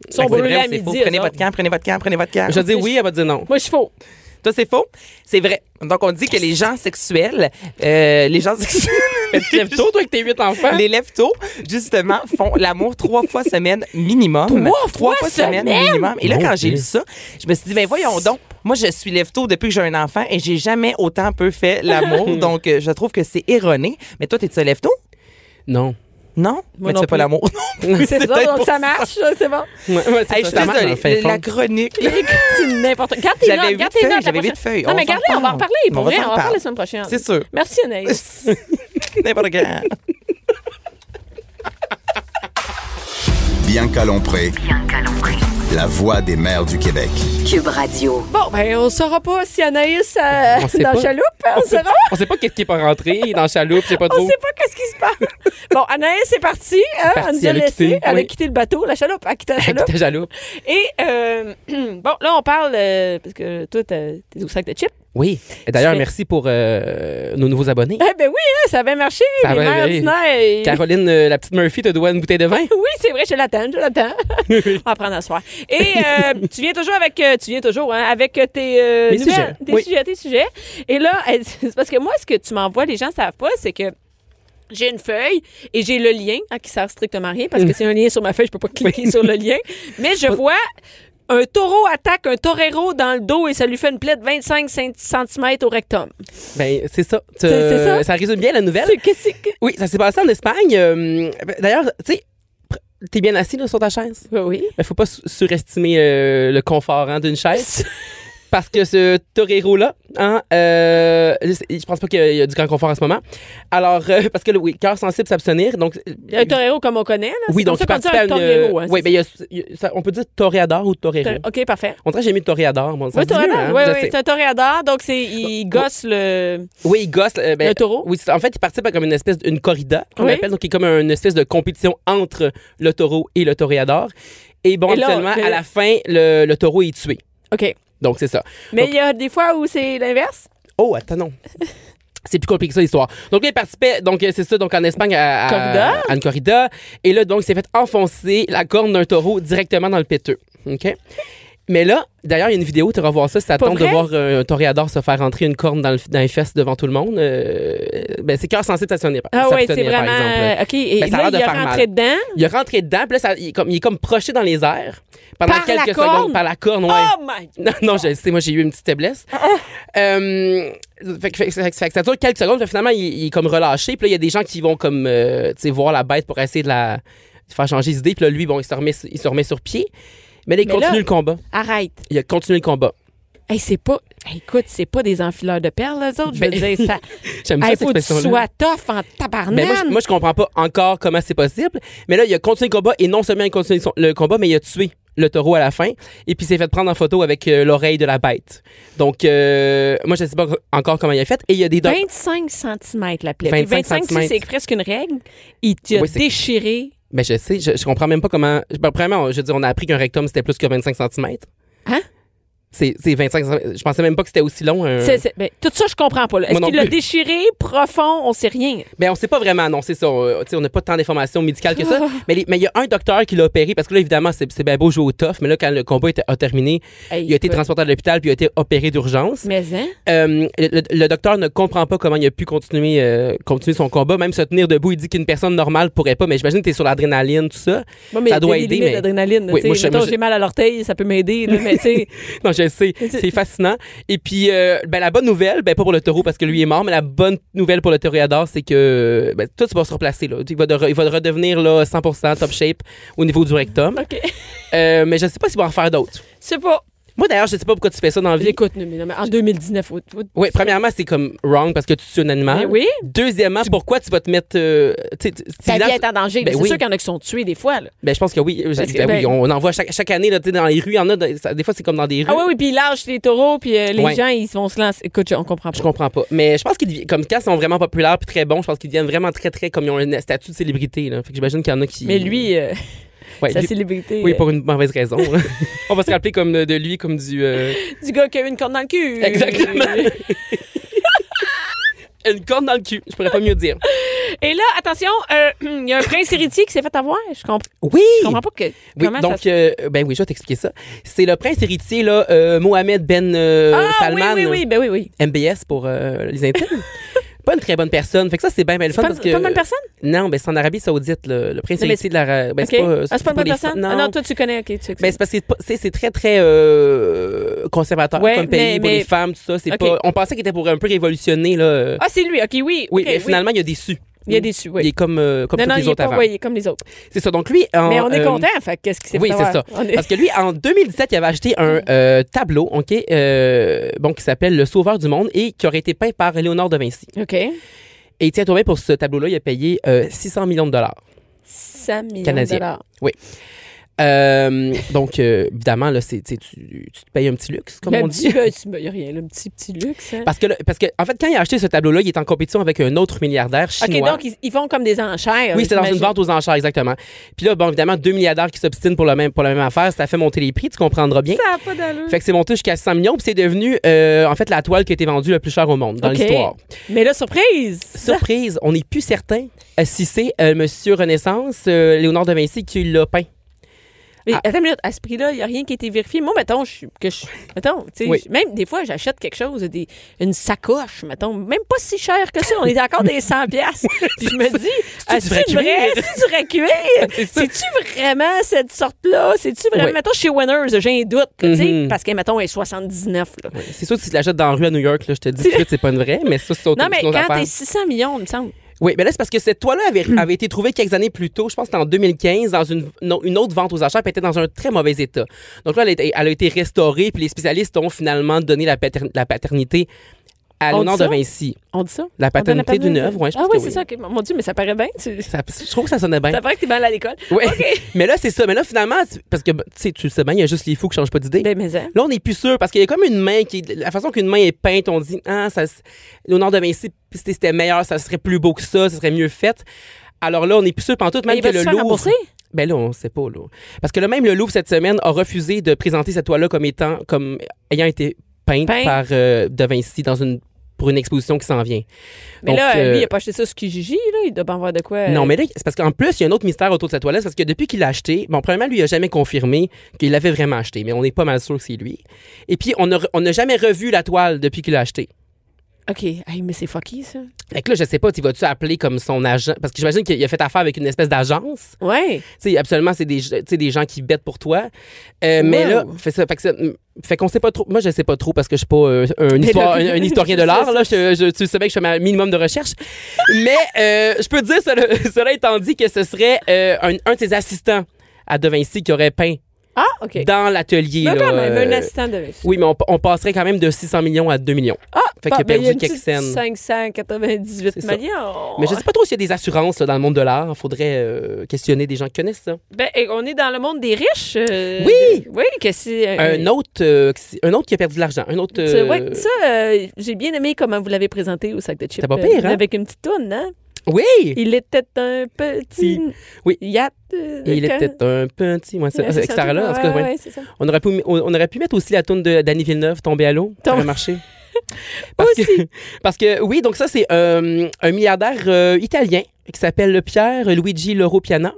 C: Ils sont
D: Fait que c'est
C: brûlés
D: vrai
C: à
D: ou c'est
C: midi.
D: faux?
C: eux
D: Prenez
C: autres.
D: votre camp, prenez votre camp, prenez votre camp.
F: Je dis oui, elle va dire non.
C: Moi, je suis faux.
D: Toi, c'est faux? C'est vrai. Donc, on dit que les gens sexuels, euh, les gens
C: *laughs*
D: sexuels,
F: Mais tu te lèves tôt, toi, avec tes huit enfants.
C: Hein?
D: les lève-tôt, justement, font l'amour trois fois semaine minimum.
C: Trois fois semaine?
D: minimum. Et là,
F: Mon
D: quand j'ai
F: Dieu.
D: lu ça, je me suis dit, ben voyons donc, moi, je suis lève-tôt depuis que j'ai un enfant et j'ai jamais autant peu
C: *laughs*
D: fait l'amour. donc, euh, je trouve que c'est erroné. Mais toi, t'es-tu un lève-tôt?
F: Non.
D: Non?
C: Moi
D: mais
C: non
D: tu fais pas
C: plus.
D: l'amour.
C: *laughs* C'est ça,
D: peut-être
C: donc
D: pour
C: ça marche, ça, c'est bon.
F: Ouais, ouais, c'est
D: Hey, je suis
F: ça, ça marche,
D: désolée.
F: en fin de
D: La
F: compte.
C: *laughs*
D: chronique. là.
C: C'est n'importe quoi. Garde tes
D: J'avais
C: notes,
D: huit
C: garde tes
D: feuilles,
C: notes. la
D: j'avais
C: prochaine-
D: huit feuilles.
C: Non,
D: On
C: mais
D: s'en
C: garde-les, on va en
D: parle.
C: reparler. Pour
D: On va
C: vrai,
D: s'en
C: on va en reparler
D: reparler.
C: la semaine prochaine.
D: C'est sûr.
C: Merci, Anaïs.
D: *laughs* N'importe quand.
B: Bianca Lompré,
A: Bianca Lompré.
B: la voix des mères du Québec.
A: Cube Radio.
C: Bon, ben, on saura pas si Anaïs euh,
F: On sait
C: dans
F: pas.
C: chaloupe. On saura.
F: On sait pas qu'est-ce qui est pas rentré dans la chaloupe, je sais
C: *laughs*
F: pas
C: On
F: trop.
C: sait pas qu'est-ce qui se passe. Bon, Anaïs c'est parti. Hein,
F: Partie,
C: elle nous a
F: elle a
C: laissé.
F: quitté,
C: elle a
F: oui.
C: quitté le bateau, la chaloupe. Elle a quitté la
F: Avec
C: chaloupe.
F: ta chaloupe.
C: Et, euh, *clears throat* bon, là, on parle, euh, parce que toi, t'as- t'es au sac de chips.
F: Oui. Et D'ailleurs,
C: Je-
F: merci pour euh, nos nouveaux abonnés.
C: Eh ben oui, hein, ça avait marché.
F: Ça
C: les
F: avait-
C: mères ordinaires, ils-
F: Caroline, euh, la petite Murphy, te doit une bouteille de vin.
C: *laughs* Oui, c'est vrai, je l'attends, je l'attends. On va prendre un soir. Et euh, tu viens toujours avec, euh, tu viens toujours hein, avec euh, tes euh,
F: Mes
C: nouvelles,
F: sujets,
C: tes
F: oui.
C: sujets, tes sujets. Et là, *laughs* elle- c'est parce que moi, ce que tu m'envoies, les gens savent pas, c'est que j'ai une feuille et j'ai le lien hein, qui sert strictement à rien parce que c'est un lien sur ma feuille, je peux pas cliquer sur le lien. Mais je vois. Un taureau attaque un torero dans le dos et ça lui fait une plaie de 25 cm au rectum.
F: Ben, c'est ça. Tu-
C: C'est- c'est ça.
F: résume bien la nouvelle.
C: C'est- qu'est-ce que-
F: Oui, ça s'est passé en Espagne. Euh, D'ailleurs, tu sais, pr- t'es bien assis là, sur ta chaise.
C: Oui.
F: Il faut pas su- surestimer euh, le confort hein, d'une
C: *laughs*
F: chaise. Parce que ce torero-là, hein, euh, je sais- je pense pas qu'il y a- il y a du grand confort en ce moment. Alors, euh, parce que le- oui, cœur sensible s'abstenir. Donc, euh,
C: Un torero comme on connaît, là. C'est
F: oui,
C: comme
F: donc
C: ça
F: il
C: qu'on dit
F: participait à
C: un
F: une. euh,
C: torero. hein,
F: oui, ben,
C: c'est
F: mais il y a- il y a- ça- on peut dire toréador ou torero.
C: ça? OK, parfait.
F: On dirait que j'ai mis toréador. Moi, ça
C: Oui,
F: se dit
C: toréador.
F: mieux, hein,
C: oui,
F: je
C: oui,
F: sais.
C: c'est un toréador. Donc, c'est, il gosse le.
F: Oui, il gosse. euh, oh. ben,
C: Le taureau?
F: Oui, c'est- en fait, il participe à comme une espèce d'une corrida, qu'on
C: Oui.
F: appelle, donc qui est comme une espèce de compétition entre le taureau et le toréador. Et bon,
C: Et là, euh,
F: actuellement,
C: le-
F: à la fin, le, le taureau est tué.
C: OK.
F: Donc, c'est ça.
C: Mais il y a des fois où c'est l'inverse.
F: Oh, attends, non. *laughs* C'est plus compliqué que ça, l'histoire. Donc, là, il participait, donc, euh, c'est ça, donc, en Espagne, à, à-
C: Corrida.
F: à une corrida. Et là, donc, il s'est fait enfoncer la corne d'un taureau directement dans le péteux. OK? Mais là, d'ailleurs, il y a une vidéo, tu vas voir ça, si ça
C: Pas
F: tente de
C: vrai?
F: voir euh, un toréador se faire rentrer une corne dans, le, dans les fesses devant tout le monde. euh, ben, c'est cœur censé stationner.
C: Ah oui, c'est
F: Par exemple.
C: vraiment. euh, OK. Et
F: Ben, ça
C: là,
F: a l'air de
C: il est
F: faire mal.
C: rentré dedans.
F: Il est rentré dedans, puis là, ça- il, est comme, il est comme projeté dans les airs pendant
C: Par la
F: quelques
C: corne?
F: secondes par la corne. Ouais.
C: Oh my
F: Non, *laughs* non, je le sais, moi j'ai eu une petite faiblesse.
C: *laughs*
F: Euh, fait, que- fait que- fait que- fait que ça dure quelques secondes, puis finalement il, il est comme relâché, puis là il y a des gens qui vont comme euh, tu sais, voir la bête pour essayer de la de faire changer d'idée, puis là lui bon il se remet il se remet sur pied. Mais là, il
C: Mais
F: continue
C: là-
F: le combat.
C: Arrête.
F: Il a continué le combat.
C: Hey, c'est pas. Hey, écoute, c'est pas des enfileurs de perles, les autres. Je veux
F: Ben,
C: dire, ça.
F: *laughs* J'aime
C: Hey,
F: ça
C: faut
F: cette
C: que tu
F: expression là.
C: sois tough en tabarnane.
F: Mais moi, je- moi, je comprends pas encore comment c'est possible. Mais là, il a continué le combat et non seulement il a continué son- le combat, mais il a tué le taureau à la fin et puis il s'est fait prendre en photo avec euh, l'oreille de la bête. Donc, euh, moi, je sais pas encore comment il a fait. Et il y a des
C: Ben,
F: dents.
C: 25 cm la plaie. Puis
F: 25
C: 25, c'est- c'est presque une règle. Il t'a
F: Oui, c'est-
C: déchiré.
F: Ben, je sais, je, je comprends même pas comment. je- ben, premièrement, je veux dire, on a appris qu'un rectum, c'était plus que 25 cm.
C: Hein?
F: C'est c'est 25 cm. Je pensais même pas que c'était aussi long. un-
C: C'est- c'est- ben, tout ça, je comprends pas. là. Est-ce
F: Euh, Moi non
C: qu'il l'a
F: plus.
C: déchiré profond? On sait rien.
F: Ben, on sait pas vraiment, non, c'est ça. On euh, tu sais, on n'a pas tant d'informations médicales que
C: *laughs*
F: ça. Mais les- mais il y a un docteur qui l'a opéré, parce que là, évidemment, c'est c'est bien beau jouer au tough, mais là, quand le combat était- a terminé,
C: Hey,
F: il a été
C: écoute.
F: transporté à l'hôpital puis il a été opéré d'urgence.
C: Mais, hein?
F: Euh, le, le- le docteur ne comprend pas comment il a pu continuer, euh, continuer son combat, même se tenir debout. Il dit qu'une personne normale pourrait pas, mais j'imagine que tu es sur l'adrénaline, tout ça.
C: Moi, mais
F: ça doit
C: des
F: aider,
C: limites
F: mais.
C: d'adrénaline, là,
F: Oui,
C: tu sais.
F: moi, je-
C: Mettons,
F: moi,
C: *laughs*
F: je-
C: j'ai mal à l'orteil, ça peut m'aider. là, mais tu sais,
F: *laughs* Non, je stressé. C'est fascinant. Et puis, euh, ben, la bonne nouvelle, ben, pas pour le taureau parce que lui est mort, mais la bonne nouvelle pour le toréador, c'est que ben, tout va se replacer. Là. Il, va de- il va redevenir là, 100% top shape au niveau du rectum.
C: OK.
F: Euh, mais je sais pas s'il va en faire d'autres.
C: C'est pas.
F: Moi, d'ailleurs, je sais pas pourquoi tu fais ça dans la vie.
C: Écoute, mais non, mais en 2019, au- au-
F: Oui, premièrement, c'est comme wrong parce que tu tues un animal.
C: Ben oui.
F: Deuxièmement, pourquoi tu vas te mettre. euh, tu sais, tu- c'est
C: ta vie
F: évident-
C: est en danger.
F: Ben
C: c'est
F: oui.
C: sûr qu'il y en a qui sont tués des fois. là.
F: Ben, je pense que oui. Je-
C: Parce que-
F: ben oui,
C: ben-
F: on en voit chaque, chaque année là, tu sais, dans les rues. Il y en a. dans- ça- des fois, c'est comme dans des rues.
C: Ah oui, oui, puis ils lâchent les taureaux, puis euh, les
F: Ouais.
C: gens, ils vont se lancer. Écoute, je- on comprend pas.
F: Je comprends pas. Mais je pense qu'ils deviennent. Comme quand ils sont vraiment populaires puis très bons, je pense qu'ils deviennent vraiment très, très. Comme ils ont un statut de célébrité. Là. Fait que j'imagine qu'il y en a qui.
C: Mais lui,
F: *laughs*
C: euh,
F: Ouais,
C: sa
F: lui-
C: célébrité,
F: Oui,
C: euh,
F: pour une mauvaise raison. hein. là. *laughs* on va se rappeler comme de, de lui comme du. euh,
C: du gars qui a eu une corne dans le cul.
F: *laughs* Exactement. *laughs* une corne dans le cul. Je pourrais pas mieux dire.
C: Et là, attention, euh, *clears throat* il y a un prince héritier qui s'est fait avoir. Je comprends,
F: Oui.
C: je comprends pas que,
F: Oui,
C: comment
F: donc,
C: ça se...
F: euh, ben oui, je vais t'expliquer ça. C'est le prince héritier, là, euh, Mohamed Ben euh,
C: Ah oui,
F: Salman,
C: oui, oui, ben oui, oui.
F: MBS pour euh, les *laughs* intimes. pas une très bonne personne. Fait que ça, c'est bien, bien le
C: C'est
F: fun
C: pas,
F: parce que.
C: c'est
F: euh,
C: pas une bonne personne?
F: Non, ben c'est en Arabie Saoudite, le, le prince
C: Non, mais
F: héritier de la. Ben,
C: OK. Ah, c'est pas une bonne
F: des-
C: personne?
F: Non,
C: Ah non, toi, tu connais. OK, tu
F: Ben, c'est parce que c'est pas- c'est c'est très, très euh, conservateur
C: Ouais,
F: comme pays
C: mais-
F: pour
C: mais-
F: les femmes, tout ça. C'est
C: OK.
F: pas, on pensait qu'il était pour un peu révolutionner, là. euh,
C: Ah, c'est lui. OK, oui.
F: oui,
C: OK,
F: mais finalement, il a déçu.
C: Il a déçu, oui.
F: Il est comme, euh, comme
C: non,
F: tous
C: non,
F: les
C: il est
F: autres
C: pas
F: avant.
C: ouais, il est comme les autres.
F: C'est ça. Donc, lui. en,
C: mais on est
F: euh,
C: content, fait qu'est-ce qui s'est
F: oui,
C: fait
F: c'est
C: avoir?
F: ça.
C: On est- Mm.
F: Parce que lui, en 2017, il avait acheté un euh, tableau, OK, euh, bon, qui s'appelle Le Sauveur du Monde et qui aurait été peint par Léonard de Vinci.
C: OK.
F: Et tiens, tombé pour ce tableau-là, il a payé euh, 600 millions de dollars.
C: 100 millions
F: Canadien.
C: de dollars.
F: Euh, donc, euh, évidemment, là, c'est, tu, sais, tu tu te payes un petit luxe, comme
C: Ben,
F: on
C: petit-
F: dit.
C: ben, tu- ben, y a rien, le petit, petit luxe. hein.
F: Parce que, là- parce que, en fait, quand il a acheté ce tableau-là, il est en compétition avec un autre milliardaire
C: OK,
F: chinois.
C: donc, ils, ils font comme des enchères.
F: Oui, c'est dans une
C: j'imagine.
F: vente aux enchères, exactement. Puis là, bon, évidemment, deux milliardaires qui s'obstinent pour, le même, pour la même affaire, ça fait monter les prix, tu comprendras bien.
C: Ça n'a pas d'allure.
F: Fait que c'est monté jusqu'à 100 millions, puis c'est devenu, euh, en fait, la toile qui a été vendue le plus cher au monde dans
C: OK.
F: l'histoire.
C: Mais là, surprise!
F: Surprise, on n'est plus certain euh, si c'est euh, Monsieur Renaissance, euh, Léonard de Vinci, qui l'a peint.
C: Mais
F: Ah.
C: attends une minute, à ce prix-là, il n'y a rien qui a été vérifié. Moi, mettons, je, suis- que je, mettons tu sais,
F: Oui.
C: je- même des fois, j'achète quelque chose, des, une sacoche, mettons, même pas si cher que ça. On est encore des 100
F: *laughs*
C: piastres. Puis je me dis,
F: C'est-tu
C: est-ce
F: du
C: que
F: vrai
C: tu vrai?
F: cuir?
C: C'est-tu du vrai
F: *laughs*
C: cuir? C'est-tu vraiment cette sorte-là? C'est-tu vraiment...
F: Oui.
C: Mettons, chez Winners, j'ai un doute, là, tu sais,
F: Mhm.
C: parce que, mettons, elle est 79. là.
F: C'est sûr que si tu l'achètes dans la rue à New York, là, je te dis tout de suite, c'est pas une vraie, mais ça, c'est autre,
C: Non, mais
F: c'est une autre
C: quand
F: affaire.
C: t'es 600 millions, il me semble.
F: Oui, mais là, c'est parce que cette toile-là avait,
C: Hmm.
F: avait été trouvée quelques années plus tôt, je pense que c'était en 2015, dans une, non, une autre vente aux enchères, puis elle était dans un très mauvais état. Donc là, elle a été, elle a été restaurée, puis les spécialistes ont finalement donné la, pater- la paternité à
C: On
F: Léonard
C: dit
F: de
C: ça?
F: Vinci.
C: On dit ça?
F: La
C: On donne la
F: paternité d'une
C: paternité?
F: œuvre, ouais, je
C: Ah
F: pense
C: oui,
F: que
C: c'est
F: oui.
C: ça. ok. Mon Dieu, mais ça paraît bien. Tu...
F: Ça- je trouve que ça sonnait bien.
C: Ça paraît que t'es mal à l'école.
F: Oui.
C: OK.
F: *laughs* Mais là, c'est ça. Mais là, finalement, tu- parce que ben, tu sais, tu le sais bien, il y a juste les fous qui changent pas d'idée.
C: Ben, mais hein.
F: Là, on n'est plus sûr parce qu'il y a comme une main qui. La façon qu'une main est peinte, on dit Ah, ça. s- Léonard de Vinci, c'était c'était meilleur, ça serait plus beau que ça, ça serait mieux fait. Alors là, on n'est plus sûr pantoute,
C: Mais
F: même
C: il
F: que
C: va se
F: le
C: faire
F: Louvre.
C: rembourser?
F: Ben là, on sait pas, là. Parce que là, même le Louvre, cette semaine, a refusé de présenter cette toile-là comme étant. comme ayant été peinte
C: Peinte.
F: par euh, De Vinci dans une, pour une exposition qui s'en vient.
C: Mais
F: Donc,
C: là,
F: euh,
C: lui, il a pas acheté ça sur Kijiji, là. Il doit pas en voir de quoi. euh,
F: Non, mais là, c'est parce qu'en plus, il y a un autre mystère autour de cette toilette. Parce que depuis qu'il l'a acheté, bon, premièrement, lui, il a jamais confirmé qu'il l'avait vraiment acheté, mais on n'est pas mal sûr que c'est lui. Et puis, on n'a on n'a jamais revu la toile depuis qu'il l'a acheté.
C: OK. Hey, mais c'est fucky, ça.
F: Fait que là, je sais pas, tu vas-tu appeler comme son agent? Parce que j'imagine qu'il a fait affaire avec une espèce d'agence.
C: Ouais.
F: Tu sais, absolument, c'est des, tu sais, des gens qui bêtent pour toi. Euh, Mais
C: Wow.
F: là, fait, ça, fait, que ça- fait qu'on sait pas trop. Moi, je sais pas trop parce que je suis pas euh, un,
C: là,
F: histoire-
C: puis- *laughs*
F: un, un historien de l'art. là. Je, je- tu sais bien que je fais un minimum de recherche. Mais euh, je peux te dire, cela, *laughs* cela étant dit, que ce serait euh, un, un de ses assistants à De Vinci qui aurait peint
C: Ah, OK.
F: dans l'atelier.
C: Mais
F: là,
C: quand même, un
F: euh,
C: assistant de
F: Oui, mais on, on passerait quand même de 600 millions à 2 millions.
C: Ah,
F: Fait
C: bah,
F: qu'il a
C: ben,
F: perdu
C: il y une
F: quelques
C: petite
F: scènes.
C: 598
F: C'est ça.
C: millions.
F: Mais je sais pas trop s'il y a des assurances là, dans le monde de l'art. Faudrait euh, questionner des gens qui connaissent ça.
C: Ben, et on est dans le monde des riches. euh,
F: Oui!
C: de- Oui, que c'est. euh,
F: Un autre, euh, qui- un autre qui a perdu de l'argent. Un autre.
C: tu-
F: euh,
C: ouais, ça, euh, j'ai bien aimé comment vous l'avez présenté au sac de chips.
F: C'était pas pire,
C: euh,
F: hein?
C: Avec une petite toune, hein?
F: Oui!
C: Il était un petit.
F: Oui.
C: Yacht. euh,
F: Il
C: que-
F: était un
C: *laughs*
F: petit, moi,
C: Ouais,
F: c'est etc. là, en tout cas,
C: ouais,
F: ouais.
C: ouais, c'est ça.
F: On aurait pu, on on aurait pu mettre aussi la tourne de Danny Villeneuve, tomber à l'eau, ça
C: Tom- *laughs*
F: aurait marché. Parce
C: Aussi.
F: que, *laughs* parce que oui, donc ça c'est euh, un milliardaire euh, italien qui s'appelle Pierre Luigi Loro Piana.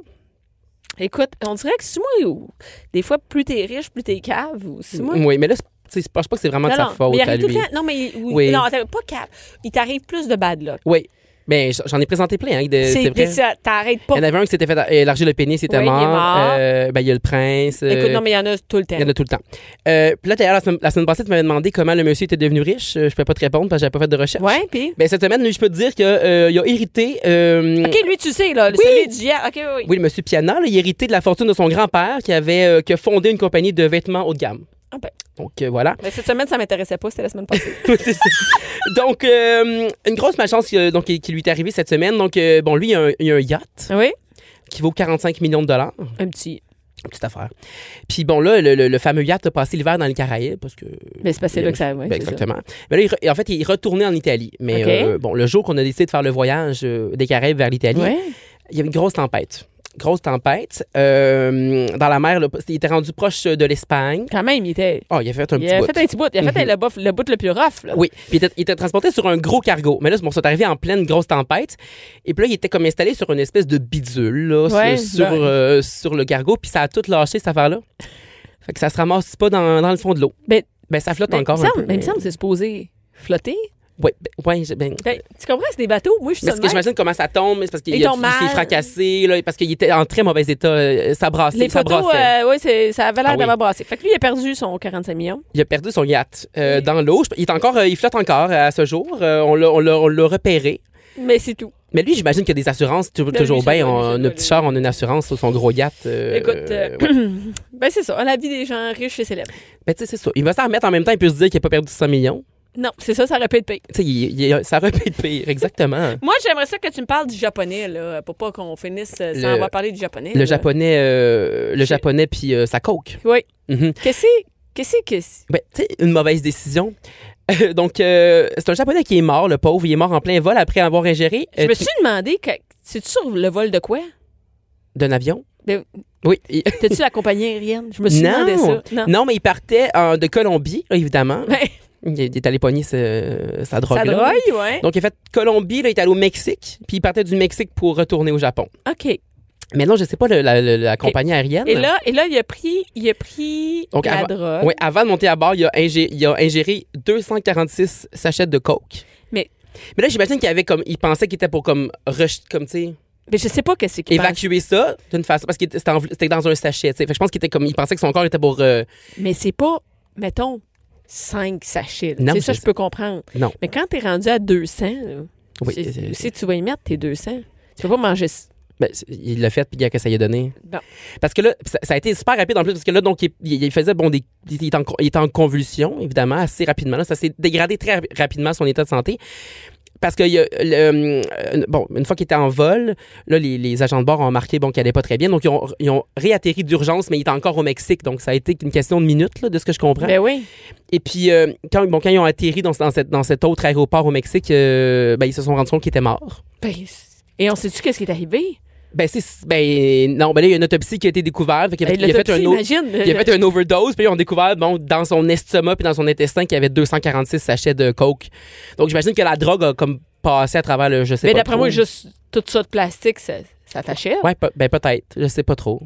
C: Écoute, on dirait que c'est moi ou des fois plus t'es riche, plus t'es cave ou c'est moi.
F: Oui, mais là, c'est- tu sais, je pense pas que c'est vraiment de sa
C: mais
F: faute
C: il
F: à
C: arrive tout
F: lui.
C: le temps- Non, mais il- ou-
F: Oui.
C: non, attends, pas cave. Il t'arrive plus de bad luck.
F: Oui. Ben, j- j'en ai présenté plein. Hein, de,
C: C'est-
F: c'est vrai.
C: c'est- T'arrêtes pas.
F: Il y en avait un qui s'était fait euh, élargir le pénis, c'était
C: Oui, il est
F: mort.
C: mort.
F: Euh, ben, il y a le prince. euh,
C: Écoute, non, mais il y en a tout le temps.
F: Il y en a tout le temps. Euh, puis là, d'ailleurs, la semaine, la semaine passée, tu m'avais demandé comment le monsieur était devenu riche. Euh, Je ne pouvais pas te répondre parce que j'avais pas fait de recherche.
C: Ouais, puis.
F: Ben, cette semaine, lui, je peux te dire qu'il a hérité. euh,
C: OK, lui, tu sais, là, celui du hier. OK, oui.
F: Oui, le monsieur Piana, là, il a hérité de la fortune de son grand-père qui avait euh, qui a fondé une compagnie de vêtements haut de gamme.
C: Ah ben.
F: Donc euh, voilà. *laughs*
C: Mais cette semaine, ça m'intéressait pas, c'était la semaine passée.
F: C'est ça. donc euh, une grosse malchance euh, donc, qui qui lui est arrivée cette semaine. Donc euh, bon, lui il a, un, il a un yacht
C: oui?
F: qui vaut 45 millions de dollars,
C: Un petit.
F: petite affaire. Puis bon là le, le- le fameux yacht a passé l'hiver dans les Caraïbes parce que
C: Mais c'est passé
F: Il y a
C: là
F: un-
C: que ça. Oui,
F: Ben,
C: c'est ça.
F: exactement. Mais là, il re- en fait, il est retourné en Italie. Mais
C: OK.
F: euh, bon, le jour qu'on a décidé de faire le voyage euh, des Caraïbes vers l'Italie,
C: Ouais.
F: il y avait une grosse tempête. Grosse tempête. Euh, dans la mer, là, il était rendu proche de l'Espagne.
C: Quand même, il était.
F: Oh, il a fait un
C: Il
F: petit
C: a
F: bout. Mm-hmm.
C: fait un petit bout. Il a fait le, bof- le bout le plus rough. Là.
F: Oui, puis il était, il était transporté sur un gros cargo. Mais là, bon, ils sont arrivés en pleine grosse tempête. Et puis là, il était comme installé sur une espèce de bidule là,
C: Ouais,
F: sur, sur,
C: ben-
F: euh, sur le cargo. Puis ça a tout lâché, cette affaire-là. Fait que ça se ramasse pas dans, dans le fond de l'eau.
C: Ben-
F: Ben, ça flotte
C: Mais
F: encore
C: il me
F: un
C: semble-
F: peu.
C: mais il me semble que c'est supposé flotter.
F: Ouais, ben, ouais, j'ai- ben,
C: Ben, tu comprends, c'est des bateaux. Moi, je suis
F: Mais parce
C: sur le
F: que
C: même.
F: j'imagine comment ça tombe, mais c'est parce qu'il
C: Il
F: il a-
C: tombe
F: il s'est
C: mal.
F: fracassé, là, parce qu'il était en très mauvais état. euh, Ça brassait,
C: Les
F: ça
C: photos,
F: brassait.
C: euh, oui, c'est- ça avait l'air
F: Ah oui.
C: d'avoir brassé. Fait que lui, il a perdu son 45 millions.
F: Il a perdu son yacht euh, dans l'eau. Je- Il, est encore, euh, il flotte encore euh, à ce jour. Euh, on l'a- on l'a on l'a repéré.
C: Mais c'est tout.
F: Mais lui, j'imagine qu'il y a des assurances tou-
C: Ben,
F: toujours
C: lui, ça
F: bien.
C: va, lui,
F: On,
C: ça
F: on
C: va,
F: a petit
C: lui.
F: char, on a une assurance sur son gros yacht. euh,
C: Écoute, euh,
F: ouais.
C: *clears throat* Ben, c'est ça. La vie des gens riches et célèbres.
F: Ben, tu sais, c'est ça. Il va s'en remettre en même temps. Il peut se dire qu'il n'a pas perdu 100 millions.
C: Non, c'est ça, ça aurait pu être payé.
F: Tu sais, il- il- ça aurait pu être pire. Exactement.
C: Moi, j'aimerais ça que tu me parles du japonais, là, pour pas qu'on finisse euh, sans
F: Le-
C: avoir parlé du japonais.
F: Le
C: là.
F: japonais, euh, le japonais puis euh, sa coke.
C: Oui.
F: Mhm.
C: Qu'est-ce que Qu'est-ce que c'est?
F: Ben, tu sais, une mauvaise décision. *laughs* Donc, euh, c'est un Japonais qui est mort, le pauvre. Il est mort en plein vol après avoir ingéré
C: Je
F: euh,
C: me suis demandé, que- c'est-tu sur le vol de quoi?
F: d'un avion.
C: Ben-
F: oui. il-
C: T'as-tu la compagnie aérienne? Je me suis
F: Non.
C: demandé ça. Non.
F: non, mais il partait euh, de Colombie, là, évidemment.
C: Ben,
F: Il est il est allé pogner ce- sa drogue.
C: ça drogue, ouais.
F: Donc, il a fait Colombie, là, il est allé au Mexique, puis il partait du Mexique pour retourner au Japon.
C: OK. Et
F: ah Mais non, je sais pas le- la, la- la compagnie aérienne.
C: là, et là, il a pris, il a pris
F: Donc,
C: la
F: avant-
C: drogue.
F: Oui, avant de monter à bord, il a, ingé- il a ingéré 246 sachets de coke.
C: Mais-
F: mais là, j'imagine qu'il avait comme, il pensait qu'il était pour comme, rejet- comme tu sais,
C: Mais je sais pas qu'est-ce qu'il pense.
F: évacuer ça d'une façon parce que c'était env- c'était dans un sachet. tu sais. Fait que je pense qu'il était comme il pensait que son corps était pour euh,
C: Mais c'est pas, mettons, 5 sachets.
F: Non,
C: C'est ça,
F: je
C: je peux comprendre.
F: non.
C: Mais quand t'es rendu à 200, là,
F: Oui,
C: c'est-
F: euh,
C: si tu vas y mettre tes 200, tu peux pas manger... s-
F: ben, c'est- il l'a fait puis gars que ça y a donné.
C: Bon.
F: Parce que là ça, ça a été super rapide en plus parce que là donc il, il- il faisait bon des, il, était en, con- il était en convulsion évidemment assez rapidement là ça s'est dégradé très rap- rapidement son état de santé. Parce que il y a le, euh, bon, une fois qu'il était en vol, là les, les agents de bord ont remarqué bon qu'il allait pas très bien, donc ils ont, ils ont réatterri d'urgence, mais il était encore au Mexique, donc ça a été une question de minutes là, de ce que je comprends.
C: Ben oui.
F: Et puis, euh, quand, bon, quand ils ont atterri dans, dans, cette- dans cet autre aéroport au Mexique, euh, ben, ils se sont rendus compte qu'ils étaient morts.
C: Ben, c'est- et on sait-tu qu'est-ce qui est arrivé?
F: Ben, c'est, ben, non, ben là, il y a une autopsie qui a été découverte. Fait qu'il a,
C: Ben,
F: fait- il a fait
C: l'autopsie,
F: un o-
C: imagine. euh,
F: il a fait un overdose, puis ils ont découvert, bon, dans son estomac puis dans son intestin qu'il y avait 246 sachets de coke. Donc, j'imagine que la drogue a comme passé à travers le, je sais
C: Mais
F: pas
C: Ben, d'après
F: trop.
C: moi, juste tout ça de plastique, ça, ça t'achève.
F: Ouais, pe- ben, peut-être. Je sais pas trop.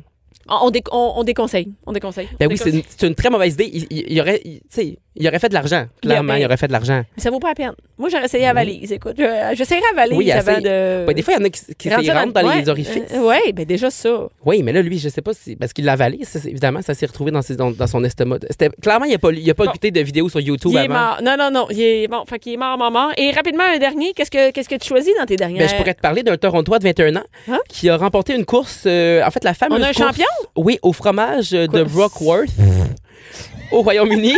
C: On, on dé- on- on déconseille. On déconseille.
F: Ben
C: On
F: oui, c'est
C: déconseille.
F: une, c'est une très mauvaise idée. Il, il- il aurait, il- tu sais, il aurait fait de l'argent. Clairement,
C: ben-
F: il aurait fait de l'argent.
C: Mais ça vaut pas la peine. Moi, j'aurais essayé à valise. Écoute, je- j'essaierai à valise
F: Mm-hmm. Oui,
C: avant
F: essaye.
C: de.
F: Ben, des fois, il y en a qui, qui
C: Euh, Rendu
F: s'y
C: à-
F: rentrent dans
C: ouais,
F: les orifices.
C: euh, ouais, ben déjà ça.
F: Oui, mais là, lui, je sais pas si. Parce qu'il l'a avalé, ça, c'est- évidemment, ça s'est retrouvé dans, ses- dans, dans son estomac. C'était- Clairement, il n'y a pas, il a pas écouté de vidéo sur YouTube
C: il est
F: avant.
C: mort. Non, non, non. Il est bon. Fait qu'il est mort, mort, mort. Et rapidement, un dernier. Qu'est-ce que, qu'est-ce que tu choisis dans tes dernières?
F: Ben, je pourrais te parler d'un Torontois de 21 ans
C: Hein?
F: qui a remporté une course. euh, en fait, la fameuse
C: On a un
F: course-
C: champion?
F: Oui, au fromage euh, de Brockworth
C: *laughs*
F: au Royaume-Uni.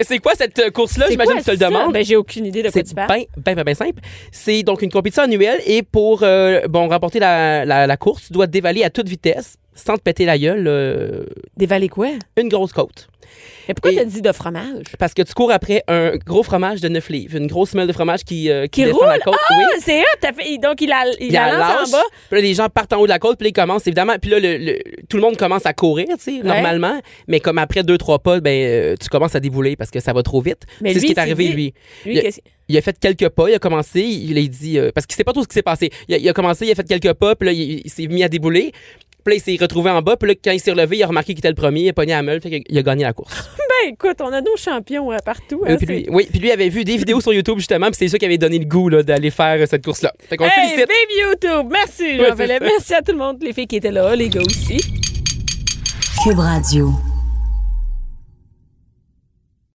F: C'est quoi cette euh, course-là?
C: C'est
F: J'imagine
C: quoi
F: que tu le
C: ça?
F: demandes.
C: Ben, j'ai aucune idée de quoi
F: C'est
C: tu
F: bien,
C: parles.
F: bien, bien, simple. C'est donc une compétition annuelle et pour euh, bon, remporter la, la- la course, tu dois te dévaler à toute vitesse sans te péter la gueule euh,
C: Dévaler quoi?
F: une grosse côte.
C: Mais pourquoi
F: Et-
C: t'as dit de fromage?
F: Parce que tu cours après un gros fromage de 9 livres, une grosse semelle de fromage qui, euh,
C: Qui
F: descend
C: roule?
F: la côte.
C: Ah,
F: oui.
C: c'est hot! T'as fait- Donc, il la, il
F: Il la
C: la lance en
F: lâche,
C: bas.
F: Puis là, les gens partent en haut de la côte, puis là, ils commencent, évidemment. Puis là, le- le- tout le monde commence à courir, tu sais, normalement. Mais comme après deux, trois pas, ben, euh, tu commences à débouler parce que ça va trop vite.
C: Mais lui,
F: C'est ce qui
C: il s'est
F: est arrivé,
C: dit-
F: lui.
C: Lui,
F: Il-
C: qu'est-ce-
F: Il a fait quelques pas, il a commencé, il a dit. euh, parce qu'il sait pas trop ce qui s'est passé. Il a, il a commencé, il a fait quelques pas, puis là, il, il s'est mis à débouler. Puis là, il s'est retrouvé en bas, puis là, quand il s'est relevé, il a remarqué qu'il était le premier, il a pogné à meule, fait qu'il a gagné la course.
C: Ben, écoute, on a nos champions euh, partout. hein,
F: Euh, puis
C: c'est-
F: lui, oui, puis lui avait vu des vidéos sur YouTube justement, puis c'est ça qui avait donné le goût là, d'aller faire euh, cette course-là. Fait qu'on le
C: Hey,
F: félicite.
C: vive YouTube! Merci,
F: Ouais,
C: Jean-Philippe.
F: c'est ça.
C: Merci à tout le monde, les filles qui étaient là, les gars aussi.
A: Cube Radio.